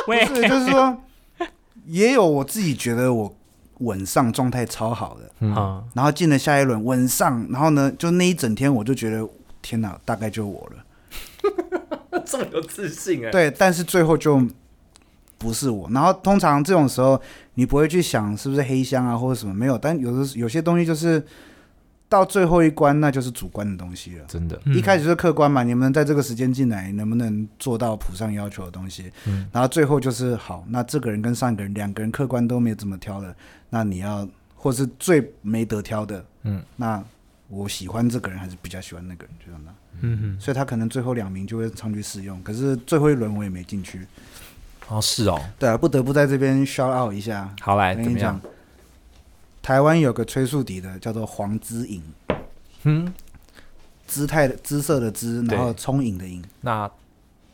Speaker 1: 喂
Speaker 3: 不，是，就是说，也有我自己觉得我稳上状态超好的，
Speaker 2: 嗯，
Speaker 1: 啊，
Speaker 3: 然后进了下一轮稳上，然后呢，就那一整天我就觉得天哪，大概就我了。
Speaker 2: 这么有自信哎、
Speaker 3: 对，但是最后就不是我。然后通常这种时候，你不会去想是不是黑箱啊或者什么，没有。但有的有些东西就是到最后一关，那就是主观的东西了。
Speaker 2: 真的，
Speaker 1: 嗯
Speaker 3: 一开始就是客观嘛，你们在这个时间进来，能不能做到谱上要求的东西？
Speaker 2: 嗯
Speaker 3: 然后最后就是好，那这个人跟上一个人两个人客观都没怎么挑的，那你要或是最没得挑的，
Speaker 2: 嗯，
Speaker 3: 那我喜欢这个人还是比较喜欢那个人，就这样的。
Speaker 1: 嗯
Speaker 3: 所以他可能最后两名就会上去试用，可是最后一轮我也没进去。
Speaker 2: 哦，是哦，
Speaker 3: 对啊，不得不在这边 shout out 一下。
Speaker 2: 好来，
Speaker 3: 我
Speaker 2: 哎怎
Speaker 3: 跟
Speaker 2: 么
Speaker 3: 你
Speaker 2: 样
Speaker 3: 讲？，台湾有个吹竖笛的叫做黄之影，
Speaker 2: 嗯，
Speaker 3: 姿态的姿色的姿，
Speaker 2: 对
Speaker 3: 然后聪颖的颖。
Speaker 2: 那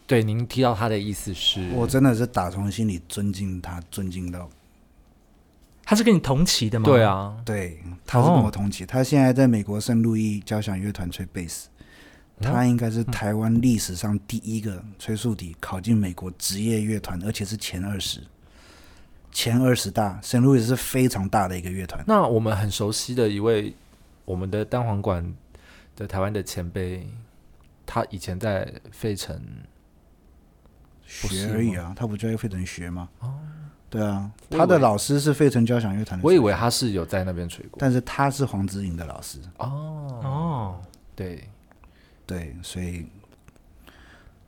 Speaker 2: 对您提到他的意思是，
Speaker 3: 我真的是打从心里尊敬他，尊敬到
Speaker 1: 哼，他是跟你同期的吗？
Speaker 2: 对，啊，
Speaker 3: 对，他是跟
Speaker 1: 哦
Speaker 3: 我同期，他现在在美国圣路易交响乐团吹贝斯。
Speaker 2: 哦
Speaker 3: 他应该是台湾历史上第一个吹竖笛考进美国职业乐团，而且是前二十，前二十大。圣路易是非常大的一个乐团，
Speaker 2: 那我们很熟悉的一位我们的单簧管的台湾的前辈，他以前在费城，不是
Speaker 3: 学而已啊，他不就在费城学吗？哦，对啊，
Speaker 2: 我以为
Speaker 3: 他的老师是费城交响乐团的，
Speaker 2: 我以为，他是有在那边吹过
Speaker 3: 但是他是黄子颖的老师，
Speaker 2: 哦，
Speaker 1: 哦，
Speaker 2: 对，
Speaker 3: 对，所以，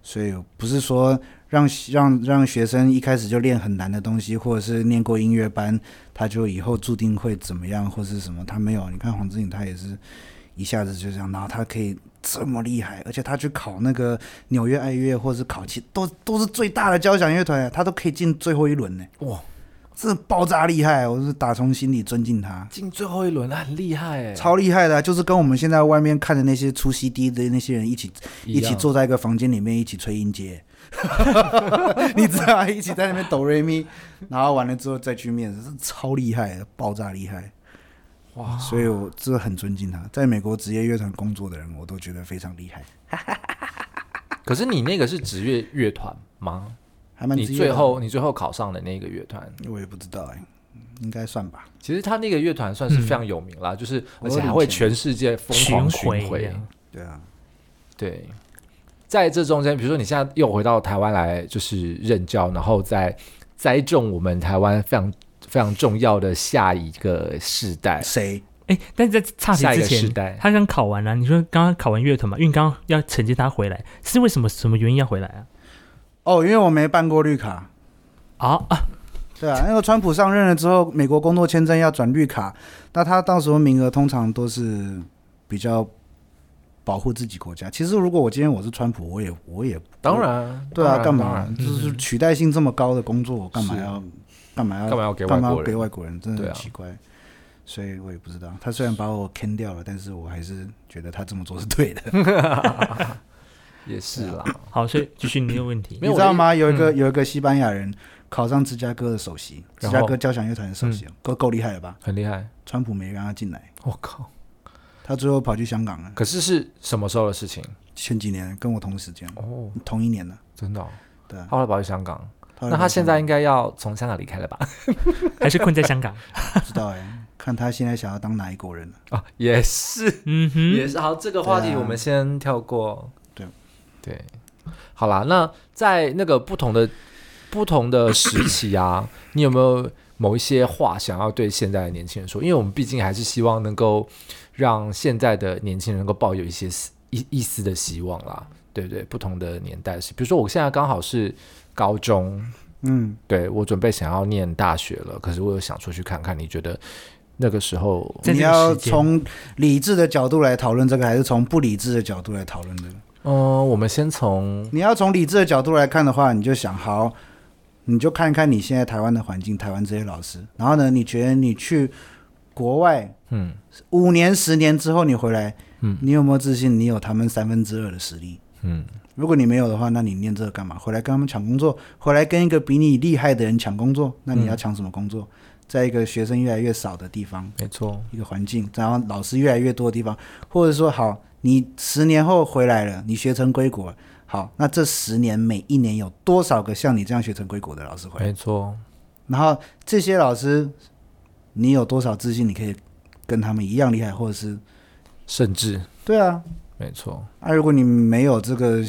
Speaker 3: 所以不是说让让让学生一开始就练很难的东西，或者是念过音乐班，他就以后注定会怎么样，或是什么，他没有。你看黄子颖，他也是一下子就这样，然后他可以这么厉害，而且他去考那个纽约爱乐，或是考其都都是最大的交响乐团，他都可以进最后一轮呢。
Speaker 2: 哇，
Speaker 3: 这爆炸厉害！我是打从心里尊敬他，
Speaker 2: 进最后一轮很厉害哎，
Speaker 3: 超厉害的啊、就是跟我们现在外面看的那些出 CD 的那些人一起一
Speaker 2: 样
Speaker 3: 起坐在一个房间里面一起吹音阶， 你知道吗，一起在那边哆瑞咪，然后完了之后再去面试，是超厉害的，爆炸厉害。
Speaker 2: 哇，
Speaker 3: 所以我真的很尊敬他，在美国职业乐团工作的人，我都觉得非常厉害。
Speaker 2: 可是你那个是职业乐团吗？
Speaker 3: 还蛮
Speaker 2: 你
Speaker 3: 职业
Speaker 2: 最
Speaker 3: 的
Speaker 2: 后你最后考上的那个乐团，
Speaker 3: 我也不知道哎、应该算吧。
Speaker 2: 其实他那个乐团算是非常有名啦，就是而
Speaker 3: 我
Speaker 2: 且
Speaker 3: 有
Speaker 2: 还
Speaker 3: 点
Speaker 2: 会
Speaker 3: 钱
Speaker 2: 全世界疯狂巡回。
Speaker 3: 对啊，
Speaker 2: 对，在这中间，比如说你现在又回到台湾来，就是任教，然后再栽种我们台湾非常非常重要的下一个世代。
Speaker 3: 谁？
Speaker 1: 哎、但是在差
Speaker 2: 下一
Speaker 1: 题
Speaker 2: 个
Speaker 1: 之
Speaker 2: 世
Speaker 1: 前
Speaker 2: 代，
Speaker 1: 他刚考完了、啊你说刚刚考完乐团嘛，因为你刚刚要承接他回来，是为什么什么原因要回来啊？
Speaker 3: 哦，因为我没办过绿卡。
Speaker 1: 啊啊，
Speaker 3: 对啊，那个川普上任了之后，美国工作签证要转绿卡，那他到时候名额通常都是比较保护自己国家。其实如果我今天我是川普，我也我也
Speaker 2: 当然，
Speaker 3: 对啊，干
Speaker 2: 当
Speaker 3: 嘛
Speaker 2: 然？嗯
Speaker 3: 就是取代性这么高的工作，我干嘛要干嘛要
Speaker 2: 干嘛要给外
Speaker 3: 干嘛要
Speaker 2: 国
Speaker 3: 给
Speaker 2: 人？
Speaker 3: 外国人？真的
Speaker 2: 对
Speaker 3: 很
Speaker 2: 啊
Speaker 3: 奇怪。所以我也不知道，他虽然把我坑掉了，但是我还是觉得他这么做是对的，
Speaker 2: 也是啦，
Speaker 3: 啊
Speaker 1: 好，所以继续你的问题
Speaker 2: 没。
Speaker 3: 你
Speaker 2: 有嗯
Speaker 3: 知道吗？有一个、有一个西班牙人考上芝加哥的首席，芝
Speaker 2: 然
Speaker 3: 加
Speaker 2: 后嗯
Speaker 3: 哥交响乐团的首席，够够厉害了吧？
Speaker 2: 很厉害。
Speaker 3: 川普没让他进来，
Speaker 2: 我靠！
Speaker 3: 他最后跑去香港了。
Speaker 2: 可是是什么时候的事情？
Speaker 3: 前几年跟我同时间，
Speaker 2: 哦，
Speaker 3: 同一年的，
Speaker 2: 真的、哦。
Speaker 3: 对啊。
Speaker 2: 后来跑去香港，
Speaker 3: 后
Speaker 2: 那
Speaker 3: 来
Speaker 2: 他
Speaker 3: 我
Speaker 2: 现在应该要从香港离开了吧？
Speaker 1: 还是困在香港？
Speaker 3: 不知道哎、看他现在想要当哪一国人了。
Speaker 2: 啊，也是。
Speaker 1: 嗯
Speaker 2: 也
Speaker 1: 哼，
Speaker 2: 是好，这个话题
Speaker 3: 对啊
Speaker 2: 我们先跳过。
Speaker 3: 对
Speaker 2: 对，好啦，那在那个不同的不同的时期啊，你有没有某一些话想要对现在的年轻人说？因为我们毕竟还是希望能够让现在的年轻人能够抱有一些丝一一丝的希望啦，对不对？不同的年代是，比如说我现在刚好是高中，
Speaker 3: 嗯，
Speaker 2: 对我准备想要念大学了，可是我有想出去看看，你觉得那个时候
Speaker 1: 在
Speaker 3: 你
Speaker 1: 这个
Speaker 3: 要
Speaker 1: 时间
Speaker 3: 从理智的角度来讨论这个，还是从不理智的角度来讨论这个？
Speaker 2: 嗯，我们先从
Speaker 3: 你要从理智的角度来看的话，你就想好，你就看看你现在台湾的环境，台湾这些老师，然后呢，你觉得你去国外
Speaker 2: 嗯
Speaker 3: 五年、十年之后你回来，
Speaker 2: 嗯
Speaker 3: 你有没有自信？你有他们三分之二的实力？
Speaker 2: 嗯
Speaker 3: 如果你没有的话，那你念这个干嘛？回来跟他们抢工作，回来跟一个比你厉害的人抢工作，那你要抢什么工作？在一个学生越来越少的地方，
Speaker 2: 没错。
Speaker 3: 一个环境，然后老师越来越多的地方，或者说好，你十年后回来了，你学成归国了，好，那这十年每一年有多少个像你这样学成归国的老师回来？
Speaker 2: 没错，
Speaker 3: 然后这些老师，你有多少自信你可以跟他们一样厉害，或者是
Speaker 2: 甚至
Speaker 3: 对啊，
Speaker 2: 没错，
Speaker 3: 啊，如果你没有这个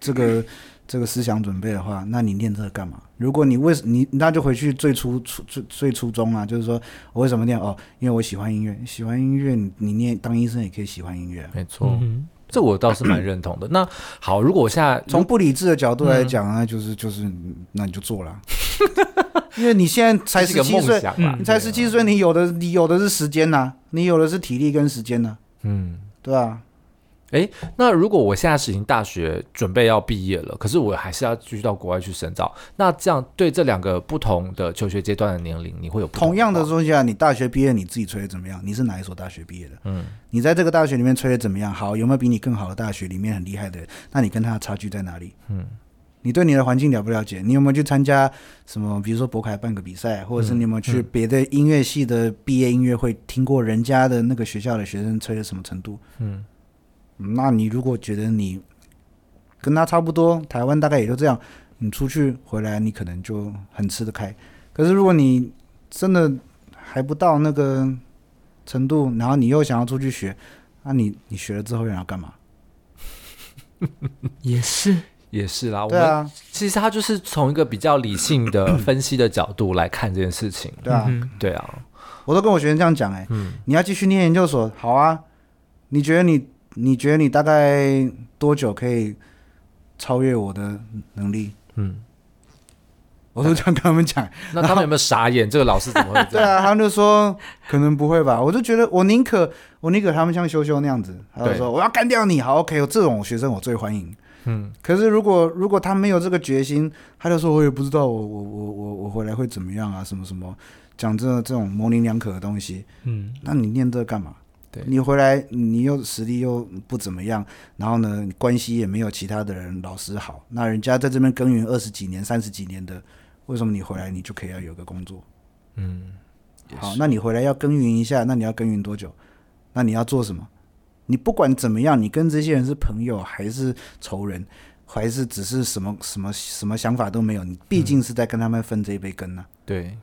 Speaker 3: 这个这个思想准备的话，那你念这个干嘛？如果你为你那就回去最初初最最初衷啊，就是说我为什么念哦，因为我喜欢音乐，喜欢音乐，你你念当医生也可以喜欢音乐啊、
Speaker 2: 没错，
Speaker 1: 嗯哼，
Speaker 2: 这我倒是蛮认同 的。那好，如果我现在
Speaker 3: 从不理智的角度
Speaker 2: 嗯
Speaker 3: 来讲，那就是就是那你就做了， 因为你现在才
Speaker 2: 这是
Speaker 3: 十
Speaker 2: 个
Speaker 3: 七
Speaker 2: 梦
Speaker 3: 岁，
Speaker 2: 想啊
Speaker 1: 嗯
Speaker 2: 啦，
Speaker 3: 你才十七岁，你有的你有的是时间呐、你有的是体力跟时间呐、
Speaker 2: 嗯。
Speaker 3: 对吧、
Speaker 2: 那如果我现在已经大学准备要毕业了，可是我还是要继续到国外去深造，那这样对这两个不同的求学阶段的年龄，你会有不
Speaker 3: 同样的
Speaker 2: 话
Speaker 3: 东西啊，你大学毕业你自己吹的怎么样？你是哪一所大学毕业的？
Speaker 2: 嗯，
Speaker 3: 你在这个大学里面吹的怎么样？好，有没有比你更好的大学里面很厉害的人？那你跟他的差距在哪里？
Speaker 2: 嗯，
Speaker 3: 你对你的环境了不了解？你有没有去参加什么，比如说博凯办个比赛，或
Speaker 2: 嗯
Speaker 3: 者是你有没有去别的音乐系的毕业音乐会，听过人家的那个学校的学生吹的什么程度？
Speaker 2: 嗯，
Speaker 3: 那你如果觉得你跟他差不多，台湾大概也就这样，你出去回来你可能就很吃得开。可是如果你真的还不到那个程度，然后你又想要出去学，那、你你学了之后又要干嘛？
Speaker 1: 也是，
Speaker 2: 也是啦。我
Speaker 3: 对
Speaker 2: 们
Speaker 3: 啊，
Speaker 2: 其实他就是从一个比较理性 的分析的角度来看这件事情。
Speaker 3: 对啊，
Speaker 1: 嗯哼
Speaker 2: 对 啊，
Speaker 3: 我都跟我学生这样讲哎、
Speaker 2: 嗯
Speaker 3: 你要继续念研究所，好啊，你觉得你你觉得你大概多久可以超越我的能力？
Speaker 2: 嗯。
Speaker 3: 我都这样跟他们讲，
Speaker 2: 那他们有没有傻眼？这个老师怎么会这
Speaker 3: 对
Speaker 2: 样？
Speaker 3: 啊，他们就说可能不会吧，我就觉得我宁可我宁可他们像修修那样子，他就
Speaker 2: 对
Speaker 3: 说我要干掉你，好 OK，这种学生我最欢迎。
Speaker 2: 嗯，
Speaker 3: 可是如果如果他没有这个决心，他就说我也不知道我我我我我回来会怎么样啊，什么什么，讲这这种模棱两可的东西，
Speaker 1: 嗯，
Speaker 3: 那你念这个干嘛？
Speaker 2: 对
Speaker 3: 你回来你又实力又不怎么样，然后呢关系也没有其他的人老师好，那人家在这边耕耘二十几年、三十几年的，为什么你回来你就可以要有个工作？
Speaker 2: 嗯，也
Speaker 3: 好，
Speaker 2: 是
Speaker 3: 那你回来要耕耘一下，那你要耕耘多久？那你要做什么？你不管怎么样，你跟这些人是朋友还是仇人，还是只是什么什么什么想法都没有，你毕竟是在跟他们分这一杯羹啊呢、
Speaker 2: 对。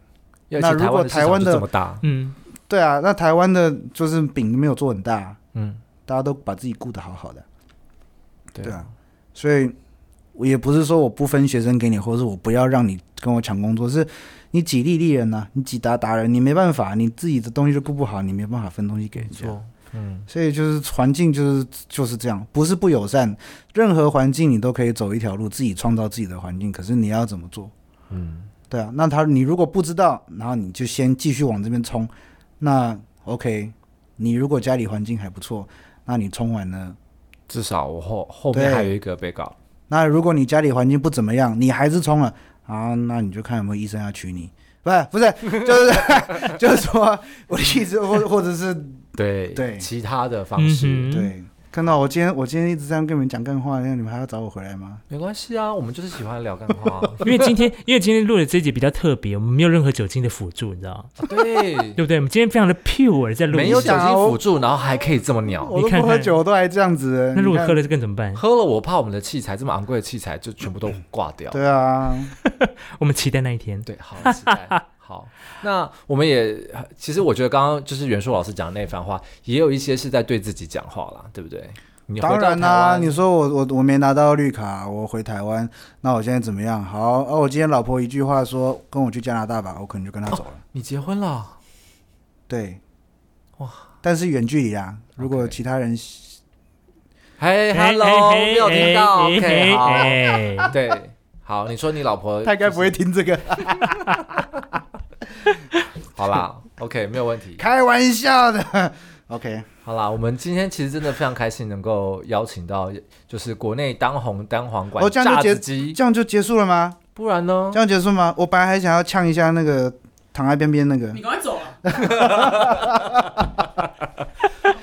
Speaker 3: 那
Speaker 2: 而且
Speaker 3: 如果
Speaker 2: 市
Speaker 3: 台
Speaker 2: 场
Speaker 3: 湾
Speaker 2: 就
Speaker 3: 的
Speaker 2: 这么大，
Speaker 1: 嗯，
Speaker 3: 对啊，那台湾的就是饼没有做很大啊、
Speaker 2: 嗯，
Speaker 3: 大家都把自己顾得好好的，
Speaker 2: 对
Speaker 3: 对啊，所以我也不是说我不分学生给你，或者是我不要让你跟我抢工作，是你己力力人呐、啊你己达达人，你没办法，你自己的东西就顾不好，你没办法分东西给人家。
Speaker 2: 错，嗯，
Speaker 3: 所以就是环境就是就是这样，不是不友善，任何环境你都可以走一条路，自己创造自己的环境。可是你要怎么做？
Speaker 2: 嗯，
Speaker 3: 对啊，那他你如果不知道，然后你就先继续往这边冲。那 OK，你如果家里环境还不错，那你冲完了，
Speaker 2: 至少我后后面
Speaker 3: 对
Speaker 2: 还有一个被告。
Speaker 3: 那如果你家里环境不怎么样，你还是冲了啊，那你就看有没有医生要娶你。不是不是，就是 就是说，我的意思，或或者是
Speaker 2: 对
Speaker 3: 对
Speaker 2: 其他的方式、
Speaker 1: 嗯哼
Speaker 3: 对，看到我今天我今天一直这样跟你们讲干话，那你们还要找我回来吗？
Speaker 2: 没关系啊，我们就是喜欢聊干 话。啊
Speaker 1: 因为今天， 因为今天录的这一集比较特别，我们没有任何酒精的辅助，你知道吗？
Speaker 2: 啊对，
Speaker 1: 对不对？我们今天非常的 pure 在录音，
Speaker 2: 没有
Speaker 3: 讲
Speaker 2: 酒
Speaker 3: 啊
Speaker 2: 精
Speaker 3: 我
Speaker 2: 辅助，然后还可以这么鸟。
Speaker 3: 我都
Speaker 1: 看
Speaker 3: 不喝
Speaker 1: 看
Speaker 3: 酒，我都还这样子了。
Speaker 1: 那如果
Speaker 3: 你看
Speaker 1: 喝了这更怎么办？
Speaker 2: 喝了，我怕我们的器材这么昂贵的器材就全部都挂掉。
Speaker 3: 对啊，
Speaker 1: 我们期待那一天。
Speaker 2: 对，好期 待。好，那我们也其实我觉得刚刚就是袁硕老师讲的那番话，也有一些是在对自己讲话啦，对不对？你回到
Speaker 3: 当然啦、
Speaker 2: 台湾
Speaker 3: 你说我我我没拿到绿卡，我回台湾，那我现在怎么样？好，哦、我今天老婆一句话说跟我去加拿大吧，我可能就跟她走了。
Speaker 2: 你结婚了，
Speaker 3: 对，
Speaker 2: 哇，
Speaker 3: 但是远距离啊，如果
Speaker 2: OK
Speaker 3: 其他人
Speaker 2: 嘿
Speaker 1: 哎
Speaker 2: ，hello，没有听到
Speaker 1: 哎
Speaker 2: ，OK，好，
Speaker 1: 哎哎
Speaker 2: 对，好，你说你老婆
Speaker 3: 他该不会听这个，
Speaker 2: 好啦，OK，没有问题。
Speaker 3: 开玩笑的。OK，
Speaker 2: 好啦，我们今天其实真的非常开心，能够邀请到就是国内当红单簧管
Speaker 3: 哦这样
Speaker 2: 炸
Speaker 3: 就结
Speaker 2: 子鸡，
Speaker 3: 这样就结束了吗？
Speaker 2: 不然呢
Speaker 3: 这？样结束吗？我本来还想要呛一下那个躺在边边那个
Speaker 4: 你，赶快走了。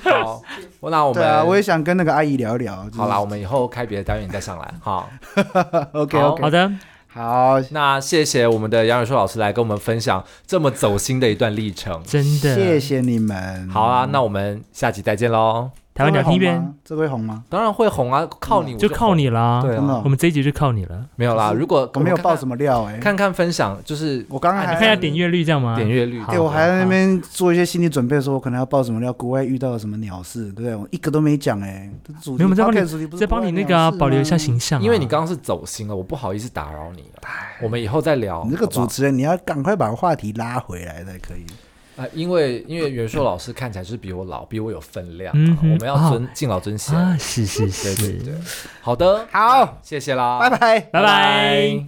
Speaker 2: 好，那我
Speaker 3: 对
Speaker 2: 们
Speaker 3: 啊，我也嗯想跟那个阿姨聊一聊。就是
Speaker 2: 好啦，我们以后开别的单元再上来。好，
Speaker 3: ，OK
Speaker 2: 好
Speaker 3: OK，
Speaker 1: 好的，
Speaker 3: 好，
Speaker 2: 那谢谢我们的杨宇硕老师来跟我们分享这么走心的一段历程。
Speaker 1: 真的，
Speaker 3: 谢谢你们。
Speaker 2: 好啊，那我们下集再见喽。
Speaker 1: 台湾聊天边
Speaker 3: 这会红吗？
Speaker 2: 当然会红啊，靠你
Speaker 1: 嗯
Speaker 2: 我
Speaker 1: 就靠你啦。
Speaker 2: 红。对
Speaker 3: 这会红吗？真的
Speaker 2: 啊，
Speaker 3: 哦
Speaker 1: 我，们这一集就靠你了。
Speaker 2: 没有啦。如果
Speaker 3: 我没有报什
Speaker 2: 么，
Speaker 3: 么料哎。
Speaker 2: 看看分享就是
Speaker 3: 我刚刚
Speaker 1: 你
Speaker 3: 还
Speaker 1: 看一下点阅率这样吗？
Speaker 2: 点阅率。
Speaker 1: 好
Speaker 3: 对，我还在那边做一些心理准备，说我可能要报什么料，国外遇到了什么鸟事，对不对？我一个都没讲哎。这主
Speaker 1: 没
Speaker 3: 题
Speaker 1: 有我们再帮你
Speaker 3: podcast 主题不是
Speaker 1: 再帮你那个啊
Speaker 3: 国外鸟事吗
Speaker 1: 保留一下。形象啊，
Speaker 2: 因为你刚刚是走心了，我不好意思打扰你了。我们以后再聊。
Speaker 3: 你这个
Speaker 2: 好不好
Speaker 3: 主持人，你要赶快把话题拉回来才可以。
Speaker 2: 啊，因为因为袁硕老师看起来就是比我老，比我有分量啊，
Speaker 1: 嗯哼
Speaker 2: 我们要尊敬老尊贤。
Speaker 1: 啊，是是
Speaker 2: 对对
Speaker 1: 是，
Speaker 2: 对，好的，
Speaker 3: 好，
Speaker 2: 谢谢啦，
Speaker 3: 拜拜。
Speaker 1: 拜拜。